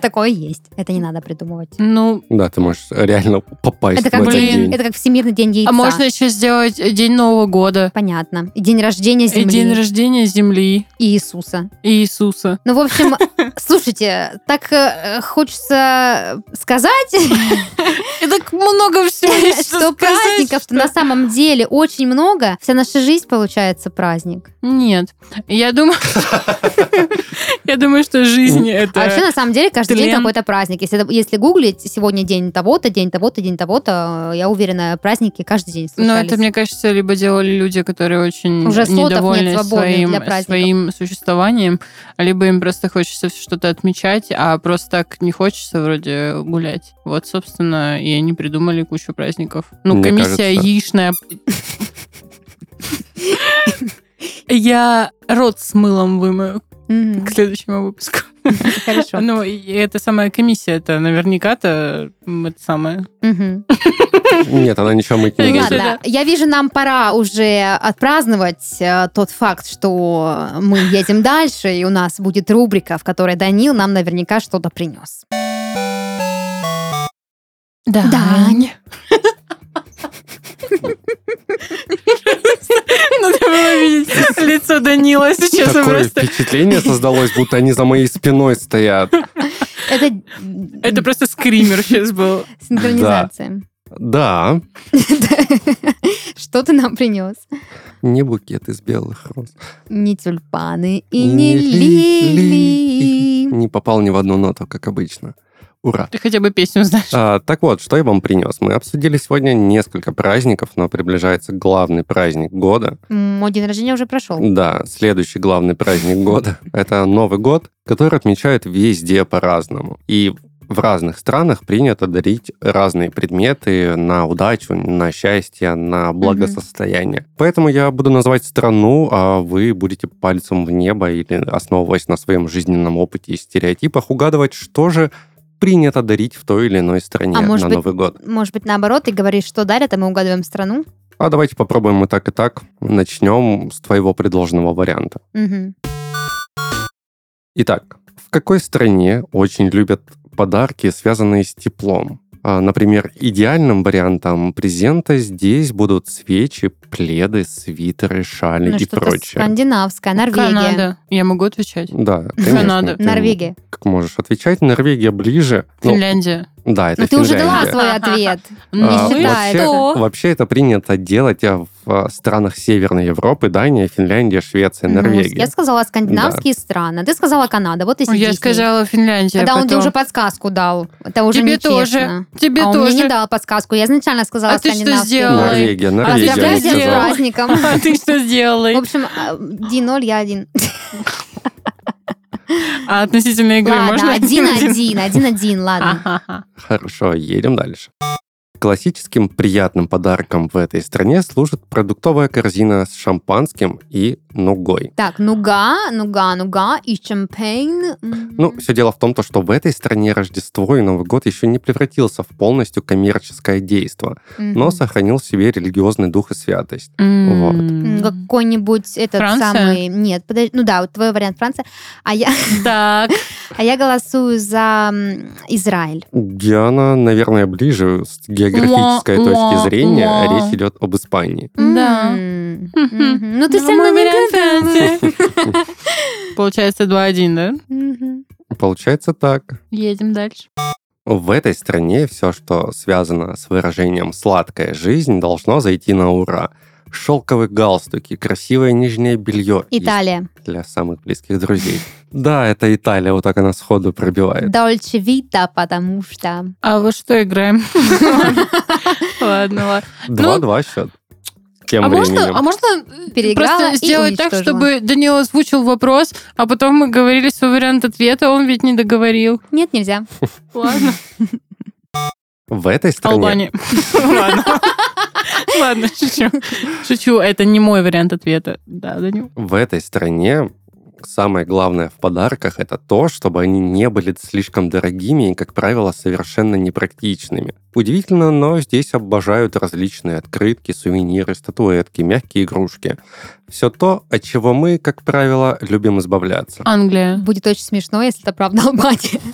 Speaker 1: Такое есть. Это не надо придумывать.
Speaker 2: Ну,
Speaker 3: Да, ты можешь реально попасть
Speaker 1: Это
Speaker 3: в
Speaker 1: как,
Speaker 3: этот
Speaker 2: блин,
Speaker 1: день,
Speaker 3: день.
Speaker 1: это как Всемирный день яйца.
Speaker 2: а можно еще сделать день Нового года,
Speaker 1: Понятно. И день рождения
Speaker 2: и
Speaker 1: Земли
Speaker 2: день рождения Земли
Speaker 1: и Иисуса.
Speaker 2: и Иисуса.
Speaker 1: Ну, в общем, слушайте, так э, хочется сказать,
Speaker 2: И так много всего есть,
Speaker 1: что праздников на самом деле очень много. Вся наша жизнь получается праздник.
Speaker 2: Нет, я думаю, я думаю, что жизнь
Speaker 1: А вообще,
Speaker 2: это
Speaker 1: на самом деле, каждый день
Speaker 2: тлен.
Speaker 1: какой-то праздник. Если, это- если гуглить сегодня день того-то, день того-то, день того-то, э, я уверена, праздники каждый день
Speaker 2: но
Speaker 1: случались.
Speaker 2: Ну, это, мне кажется, либо делали люди, которые очень
Speaker 1: Уже слотов нет
Speaker 2: недовольны
Speaker 1: свободных для
Speaker 2: своим,
Speaker 1: праздников.
Speaker 2: своим существованием, либо им просто хочется что-то отмечать, а просто так не хочется вроде гулять. Вот, собственно, и они придумали кучу праздников. Ну,
Speaker 3: Мне
Speaker 2: комиссия
Speaker 3: кажется.
Speaker 2: яичная. Я рот с мылом вымою
Speaker 1: Мгм.
Speaker 2: к следующему выпуску.
Speaker 1: Хорошо.
Speaker 2: Ну, и эта самая комиссия, это наверняка-то м, это самое.
Speaker 1: Мгм.
Speaker 3: Нет, она ничего мыть не
Speaker 2: Я
Speaker 3: будет.
Speaker 2: говорю,
Speaker 1: Ладно, я вижу, нам пора уже отпраздновать э, тот факт, что мы едем дальше, и у нас будет рубрика, в которой Данил нам наверняка что-то принес. Дань.
Speaker 2: Ну, Надо было видеть лицо Данила сейчас он
Speaker 3: Такое
Speaker 2: просто...
Speaker 3: впечатление создалось, будто они за моей спиной стоят.
Speaker 1: Это
Speaker 2: Это просто скример сейчас был.
Speaker 1: синхронизация.
Speaker 3: Да,
Speaker 1: Что ты нам принес?
Speaker 3: не букет из белых роз.
Speaker 1: Не тюльпаны и
Speaker 3: Не
Speaker 1: не лилии.
Speaker 3: Не попал ни в одну ноту, как обычно. Ура.
Speaker 2: Ты хотя бы песню знаешь.
Speaker 3: А, так вот, что я вам принес? Мы обсудили сегодня несколько праздников, но приближается главный праздник года.
Speaker 1: М, Мой день рождения уже прошел.
Speaker 3: Да, следующий главный праздник года – это Новый год, который отмечают везде по-разному. И в разных странах принято дарить разные предметы на удачу, на счастье, на благосостояние. Поэтому я буду называть страну, а вы будете пальцем в небо или основываясь на своем жизненном опыте и стереотипах угадывать, что же принято дарить в той или иной стране
Speaker 1: А может
Speaker 3: на
Speaker 1: быть-
Speaker 3: Новый год.
Speaker 1: Может быть, наоборот, ты говоришь, что дарят, а мы угадываем страну?
Speaker 3: А давайте попробуем и так, и так. Начнем с твоего предложенного варианта.
Speaker 1: Мгм.
Speaker 3: Итак, В какой стране очень любят подарки, связанные с теплом? А, Например, идеальным вариантом презента здесь будут свечи, пледы, свитеры, шали
Speaker 1: Ну,
Speaker 3: и
Speaker 1: что-то
Speaker 3: прочее.
Speaker 1: скандинавское, Норвегия.
Speaker 2: Ну, Канада. Я могу отвечать?
Speaker 3: Да, конечно.
Speaker 2: Канада.
Speaker 3: ты
Speaker 1: Норвегия.
Speaker 3: Как можешь отвечать? Норвегия ближе. Ну,
Speaker 2: Финляндия.
Speaker 3: да, это
Speaker 1: Но Ну, ты уже дала
Speaker 3: Финляндия.
Speaker 1: свой ответ.
Speaker 2: Ну,
Speaker 1: Не
Speaker 3: А,
Speaker 1: считаю. считает.
Speaker 3: вообще,
Speaker 1: Что?
Speaker 3: вообще это принято делать а, в а, странах Северной Европы, Дания, Финляндия, Швеция,
Speaker 1: Ну,
Speaker 3: Норвегия.
Speaker 1: я сказала скандинавские страны. Ты сказала Канада. Вот и сиди
Speaker 2: я
Speaker 1: с ней.
Speaker 2: сказала Финляндия.
Speaker 1: Когда он тебе
Speaker 2: потом.
Speaker 1: уже подсказку дал. Это уже
Speaker 2: Тебе
Speaker 1: нечестно.
Speaker 2: тоже. Тебе
Speaker 1: а он мне не
Speaker 2: тоже.
Speaker 1: дал подсказку. Я изначально сказала
Speaker 2: А ты что
Speaker 1: скандинавские.
Speaker 2: сделала?
Speaker 3: Норвегия, Норвегия.
Speaker 2: я
Speaker 1: Поздравляю тебя с
Speaker 3: не
Speaker 2: сделала.
Speaker 3: сказала.
Speaker 1: праздником.
Speaker 2: А ты что
Speaker 1: В
Speaker 2: сделала?
Speaker 1: общем, а, 1-0, я один.
Speaker 2: А относительно игры можно?
Speaker 1: Ладно, один-один, один-один, ладно.
Speaker 2: Ага.
Speaker 3: Хорошо, едем дальше. Классическим приятным подарком в этой стране служит продуктовая корзина с шампанским и нугой.
Speaker 1: Так, нуга, нуга, нуга и шампейн. М.
Speaker 3: Ну, все дело в том, то, что в этой стране Рождество и Новый год еще не превратился в полностью коммерческое действо, но
Speaker 1: Мгм.
Speaker 3: сохранил в себе религиозный дух и святость.
Speaker 1: М,
Speaker 2: М.
Speaker 1: Какой-нибудь этот
Speaker 2: Франция?
Speaker 1: самый... Нет, подожди. Ну да, вот твой вариант Франция. А я,
Speaker 2: Так.
Speaker 1: а я голосую за м, Израиль.
Speaker 3: Диана, наверное, ближе с географической
Speaker 2: Ла- ла-
Speaker 3: точки зрения.
Speaker 2: ла.
Speaker 3: Речь идет об Испании.
Speaker 2: Да.
Speaker 1: М, мгм. Ну ты все равно не
Speaker 2: Получается 2-1, да?
Speaker 1: Мгм.
Speaker 3: Получается так.
Speaker 2: Едем дальше.
Speaker 3: В этой стране все, что связано с выражением «сладкая жизнь», должно зайти на ура. Шелковые галстуки, красивое нижнее белье.
Speaker 1: Италия.
Speaker 3: Есть Для самых близких друзей. Да, это Италия, вот так она сходу пробивает.
Speaker 1: Дольче Вита, потому что...
Speaker 2: А вы что играем? Ладно, ладно.
Speaker 3: Два-два счет. Тем
Speaker 2: Ну, А
Speaker 3: временем.
Speaker 2: можно, а можно
Speaker 1: Переиграла
Speaker 2: просто
Speaker 1: и
Speaker 2: сделать так,
Speaker 1: уничтожила.
Speaker 2: чтобы Данил озвучил вопрос, а потом мы говорили свой вариант ответа, он ведь не договорил.
Speaker 1: Нет, нельзя.
Speaker 2: Ладно.
Speaker 3: В этой стране...
Speaker 2: Албания. Ладно. Ладно, шучу. Шучу, это не мой вариант ответа. Да, Данил.
Speaker 3: В этой стране самое главное в подарках это то, чтобы они не были слишком дорогими и, как правило, совершенно непрактичными. Удивительно, но здесь обожают различные открытки, сувениры, статуэтки, мягкие игрушки. Все то, от чего мы, как правило, любим избавляться.
Speaker 2: А. Англия.
Speaker 1: Будет очень смешно, если это правда Албания.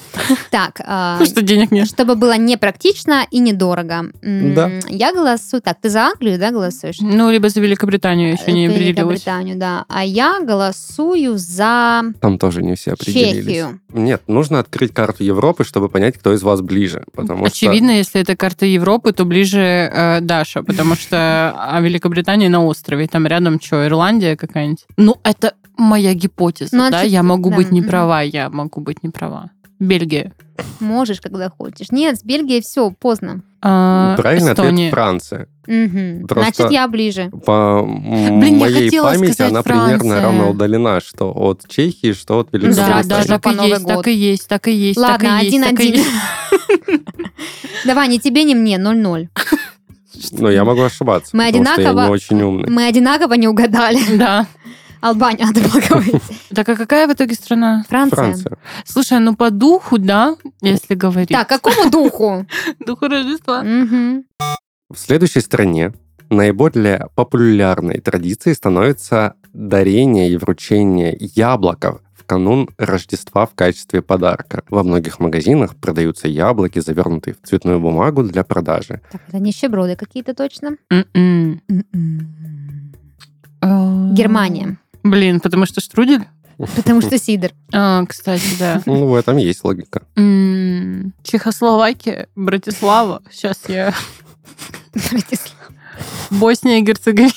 Speaker 1: Так, а,
Speaker 2: Потому что денег нет.
Speaker 1: чтобы было непрактично и недорого. М,
Speaker 3: Да.
Speaker 1: Я голосую... Так, ты за Англию, да, голосуешь?
Speaker 2: Ну, либо за Великобританию еще не
Speaker 1: Э,
Speaker 2: определилась.
Speaker 1: Великобританию, да. А я голосую за
Speaker 3: Там тоже не все определились.
Speaker 1: Чехию.
Speaker 3: Нет, нужно открыть карту Европы, чтобы понять, кто из вас ближе. Потому
Speaker 2: Очевидно, если это карта Европы, то ближе э, Даша, потому что а Великобритания на острове, там рядом что, Ирландия какая-нибудь? Ну, это моя гипотеза,
Speaker 1: Ну,
Speaker 2: да?
Speaker 1: отчасти,
Speaker 2: Я могу
Speaker 1: да,
Speaker 2: быть не
Speaker 1: мгм.
Speaker 2: права, я могу быть не права. Бельгия.
Speaker 1: Можешь, когда хочешь. Нет, с Бельгией все, поздно.
Speaker 2: А,
Speaker 3: что Ну, правильный
Speaker 2: Эстония.
Speaker 3: ответ Франция.
Speaker 1: Мгм.
Speaker 3: Просто-
Speaker 1: Значит, я ближе.
Speaker 3: по м,
Speaker 2: Блин, я
Speaker 3: моей
Speaker 2: хотела
Speaker 3: памяти
Speaker 2: сказать
Speaker 3: она
Speaker 2: Франция.
Speaker 3: примерно равно удалена, что от Чехии, что от
Speaker 2: Да,
Speaker 3: Великобритании.
Speaker 2: да,
Speaker 1: Страшно
Speaker 2: так
Speaker 1: по
Speaker 2: и
Speaker 1: Новый
Speaker 2: есть,
Speaker 1: год.
Speaker 2: так и есть, так и есть,
Speaker 1: Ладно,
Speaker 2: так и есть. так и
Speaker 1: один-один.
Speaker 2: есть.
Speaker 1: Давай, ни тебе, ни мне, 0-0.
Speaker 3: Но я могу ошибаться,
Speaker 1: Мы
Speaker 3: потому что я
Speaker 1: одинаково-
Speaker 3: не
Speaker 2: э,
Speaker 3: очень умный.
Speaker 1: Мы одинаково не угадали.
Speaker 2: Да.
Speaker 1: Албания, надо было говорить.
Speaker 2: Так а какая в итоге страна?
Speaker 1: Франция.
Speaker 3: Франция.
Speaker 2: Слушай, ну по духу, да, если говорить.
Speaker 1: Так, какому духу?
Speaker 2: духу Рождества.
Speaker 1: Мгм.
Speaker 3: В следующей стране наиболее популярной традицией становится дарение и вручение яблоков в канун Рождества в качестве подарка. Во многих магазинах продаются яблоки, завернутые в цветную бумагу для продажи.
Speaker 1: Так, это нищеброды какие-то точно.
Speaker 2: М-м. А.
Speaker 1: Германия.
Speaker 2: Блин, потому что штрудель?
Speaker 1: Потому что сидр.
Speaker 2: А, кстати, да.
Speaker 3: Ну, в этом есть логика.
Speaker 2: М, Чехословакия, Братислава. Сейчас я...
Speaker 1: Братислава.
Speaker 2: Босния и Герцеговина.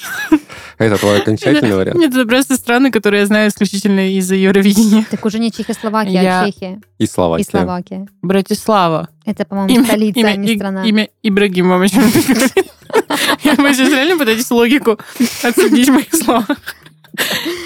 Speaker 3: Это твой окончательный вариант.
Speaker 2: Нет, это просто страны, которые я знаю исключительно из-за Евровидения.
Speaker 1: Так уже не Чехословакия,
Speaker 2: Я-
Speaker 1: а Чехия
Speaker 3: И
Speaker 1: и
Speaker 3: Словакия.
Speaker 1: Словакия.
Speaker 2: Братислава.
Speaker 1: Это, по-моему, столица, а не
Speaker 2: и-
Speaker 1: страна.
Speaker 2: имя Ибрагимова. о чём ты говоришь. Я бы сейчас реально пытаюсь логику отсудить в моих словах.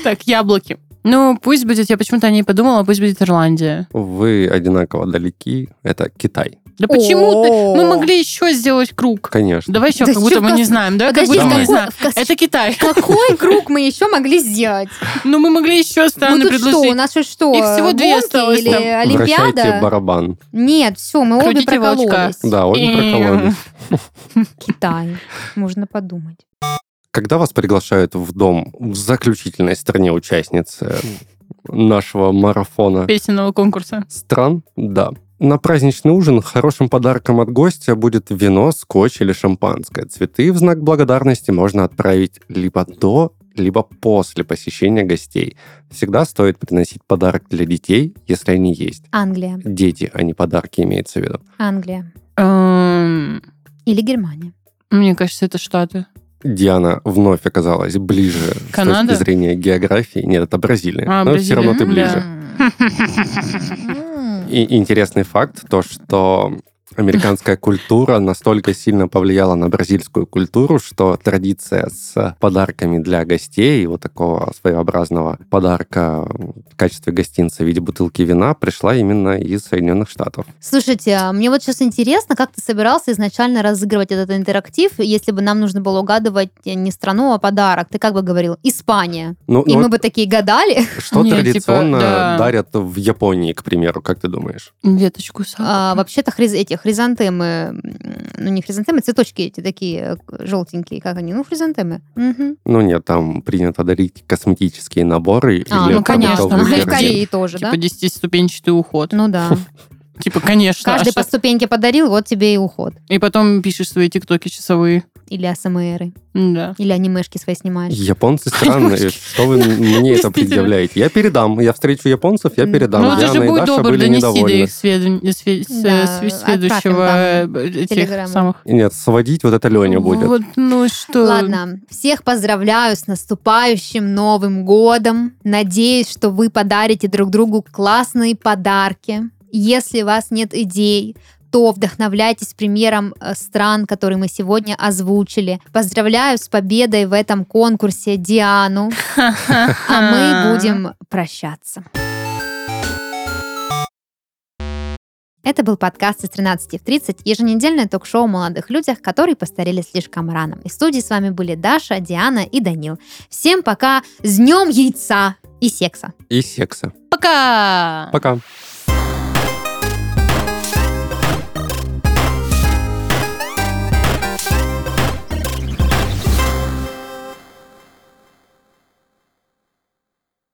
Speaker 2: Так, яблоки. Ну, пусть будет, я почему-то о ней подумала, пусть будет Ирландия.
Speaker 3: Вы одинаково далеки. Это Китай,
Speaker 2: Да почему ты? Мы
Speaker 1: О.
Speaker 2: могли еще сделать круг.
Speaker 3: конечно.
Speaker 2: Давай еще,
Speaker 1: Да
Speaker 2: как будто
Speaker 1: чё
Speaker 2: мы
Speaker 1: в
Speaker 2: не
Speaker 1: кос-
Speaker 2: знаем, да? Как
Speaker 1: Подожди,
Speaker 2: будто мы
Speaker 1: какой-
Speaker 2: не знаем.
Speaker 1: в кос-
Speaker 2: Это Китай.
Speaker 1: какой круг мы еще могли сделать?
Speaker 2: Ну, мы могли еще
Speaker 1: Ну
Speaker 2: страны
Speaker 1: тут что, у
Speaker 2: предложить.
Speaker 1: нас же что,
Speaker 2: Их всего две
Speaker 1: гонки
Speaker 2: осталось
Speaker 1: или
Speaker 2: там.
Speaker 3: Вращайте
Speaker 1: Олимпиада?
Speaker 3: барабан.
Speaker 1: Нет, все, мы обе
Speaker 2: Крутите волчка.
Speaker 1: прокололись.
Speaker 3: Да, обе
Speaker 2: Эм.
Speaker 3: прокололи.
Speaker 1: Китай, можно подумать.
Speaker 3: Когда вас приглашают в дом в заключительной стране участницы нашего марафона
Speaker 2: песенного конкурса.
Speaker 3: стран, да. На праздничный ужин хорошим подарком от гостя будет вино, скотч или шампанское. Цветы в знак благодарности можно отправить либо до, либо после посещения гостей. Всегда стоит приносить подарок для детей, если они есть.
Speaker 1: Англия.
Speaker 3: Дети, а не подарки, имеется в виду.
Speaker 1: Англия.
Speaker 2: Эм,
Speaker 1: Или Германия.
Speaker 2: Мне кажется, это Штаты.
Speaker 3: Диана вновь оказалась ближе с
Speaker 2: Канада?
Speaker 3: точки зрения географии. Нет, это Бразилия.
Speaker 2: А,
Speaker 3: Но
Speaker 2: Бразилия,
Speaker 3: все равно ты
Speaker 2: м,
Speaker 3: ближе.
Speaker 1: М.
Speaker 3: И интересный факт, то, что американская культура настолько сильно повлияла на бразильскую культуру, что традиция с подарками для гостей, вот такого своеобразного подарка в качестве гостинца в виде бутылки вина, пришла именно из Соединенных Штатов.
Speaker 1: Слушайте, а мне вот сейчас интересно, как ты собирался изначально разыгрывать этот интерактив, если бы нам нужно было угадывать не страну, а подарок. Ты как бы говорил, Испания.
Speaker 3: Ну,
Speaker 1: И
Speaker 3: ну,
Speaker 1: мы бы такие гадали.
Speaker 3: что
Speaker 2: Не, типа,
Speaker 3: традиционно
Speaker 2: да.
Speaker 3: дарят в Японии, к примеру, как ты думаешь?
Speaker 2: Веточку сакуры.
Speaker 1: А, вообще-то хриз- эти хризантемы, м, ну не хризантемы, цветочки эти такие э, желтенькие, как они? Ну, хризантемы. Мгм.
Speaker 3: Ну нет, там принято дарить косметические наборы
Speaker 1: А,
Speaker 3: или
Speaker 1: ну конечно.
Speaker 3: продуктовые
Speaker 1: И
Speaker 2: продуктовый
Speaker 1: в
Speaker 2: магазин.
Speaker 3: корзины.
Speaker 1: Корее тоже, да?
Speaker 2: Типа 10-ступенчатый уход.
Speaker 1: Ну да.
Speaker 2: Типа, конечно. а
Speaker 1: Каждый
Speaker 2: что-
Speaker 1: по ступеньке подарил, вот тебе и уход.
Speaker 2: И потом пишешь свои тиктоки часовые.
Speaker 1: Или АСМРы,
Speaker 2: Да.
Speaker 1: или анимешки свои снимаешь.
Speaker 3: Японцы странные. Что вы мне это
Speaker 2: Действительно.
Speaker 3: предъявляете? Я передам. Я встречу японцев, я
Speaker 1: Ну,
Speaker 3: передам.
Speaker 2: ну, ты
Speaker 3: Яна
Speaker 2: же
Speaker 3: и
Speaker 2: будь
Speaker 3: Даша
Speaker 2: добр,
Speaker 3: были
Speaker 2: донеси до
Speaker 3: недовольны.
Speaker 2: их свед- э, све- с-
Speaker 1: Да,
Speaker 2: э, сви-
Speaker 1: отправь им
Speaker 2: следующего
Speaker 1: там
Speaker 2: э, этих
Speaker 1: телеграмму.
Speaker 2: самых.
Speaker 3: Нет, сводить вот это Леня будет.
Speaker 2: Вот, ну и что?
Speaker 1: Ладно, всех поздравляю с наступающим Новым годом. Надеюсь, что вы подарите друг другу классные подарки. Если у вас нет идей, то вдохновляйтесь примером э, стран, которые мы сегодня озвучили. Поздравляю с победой в этом конкурсе Диану, а мы будем прощаться. Это был подкаст из 13 в 30, еженедельное ток-шоу о молодых людях, которые постарели слишком рано. И в студии с вами были Даша, Диана и Данил. Всем пока, с днем яйца и секса!
Speaker 3: И секса.
Speaker 2: Пока!
Speaker 3: Пока.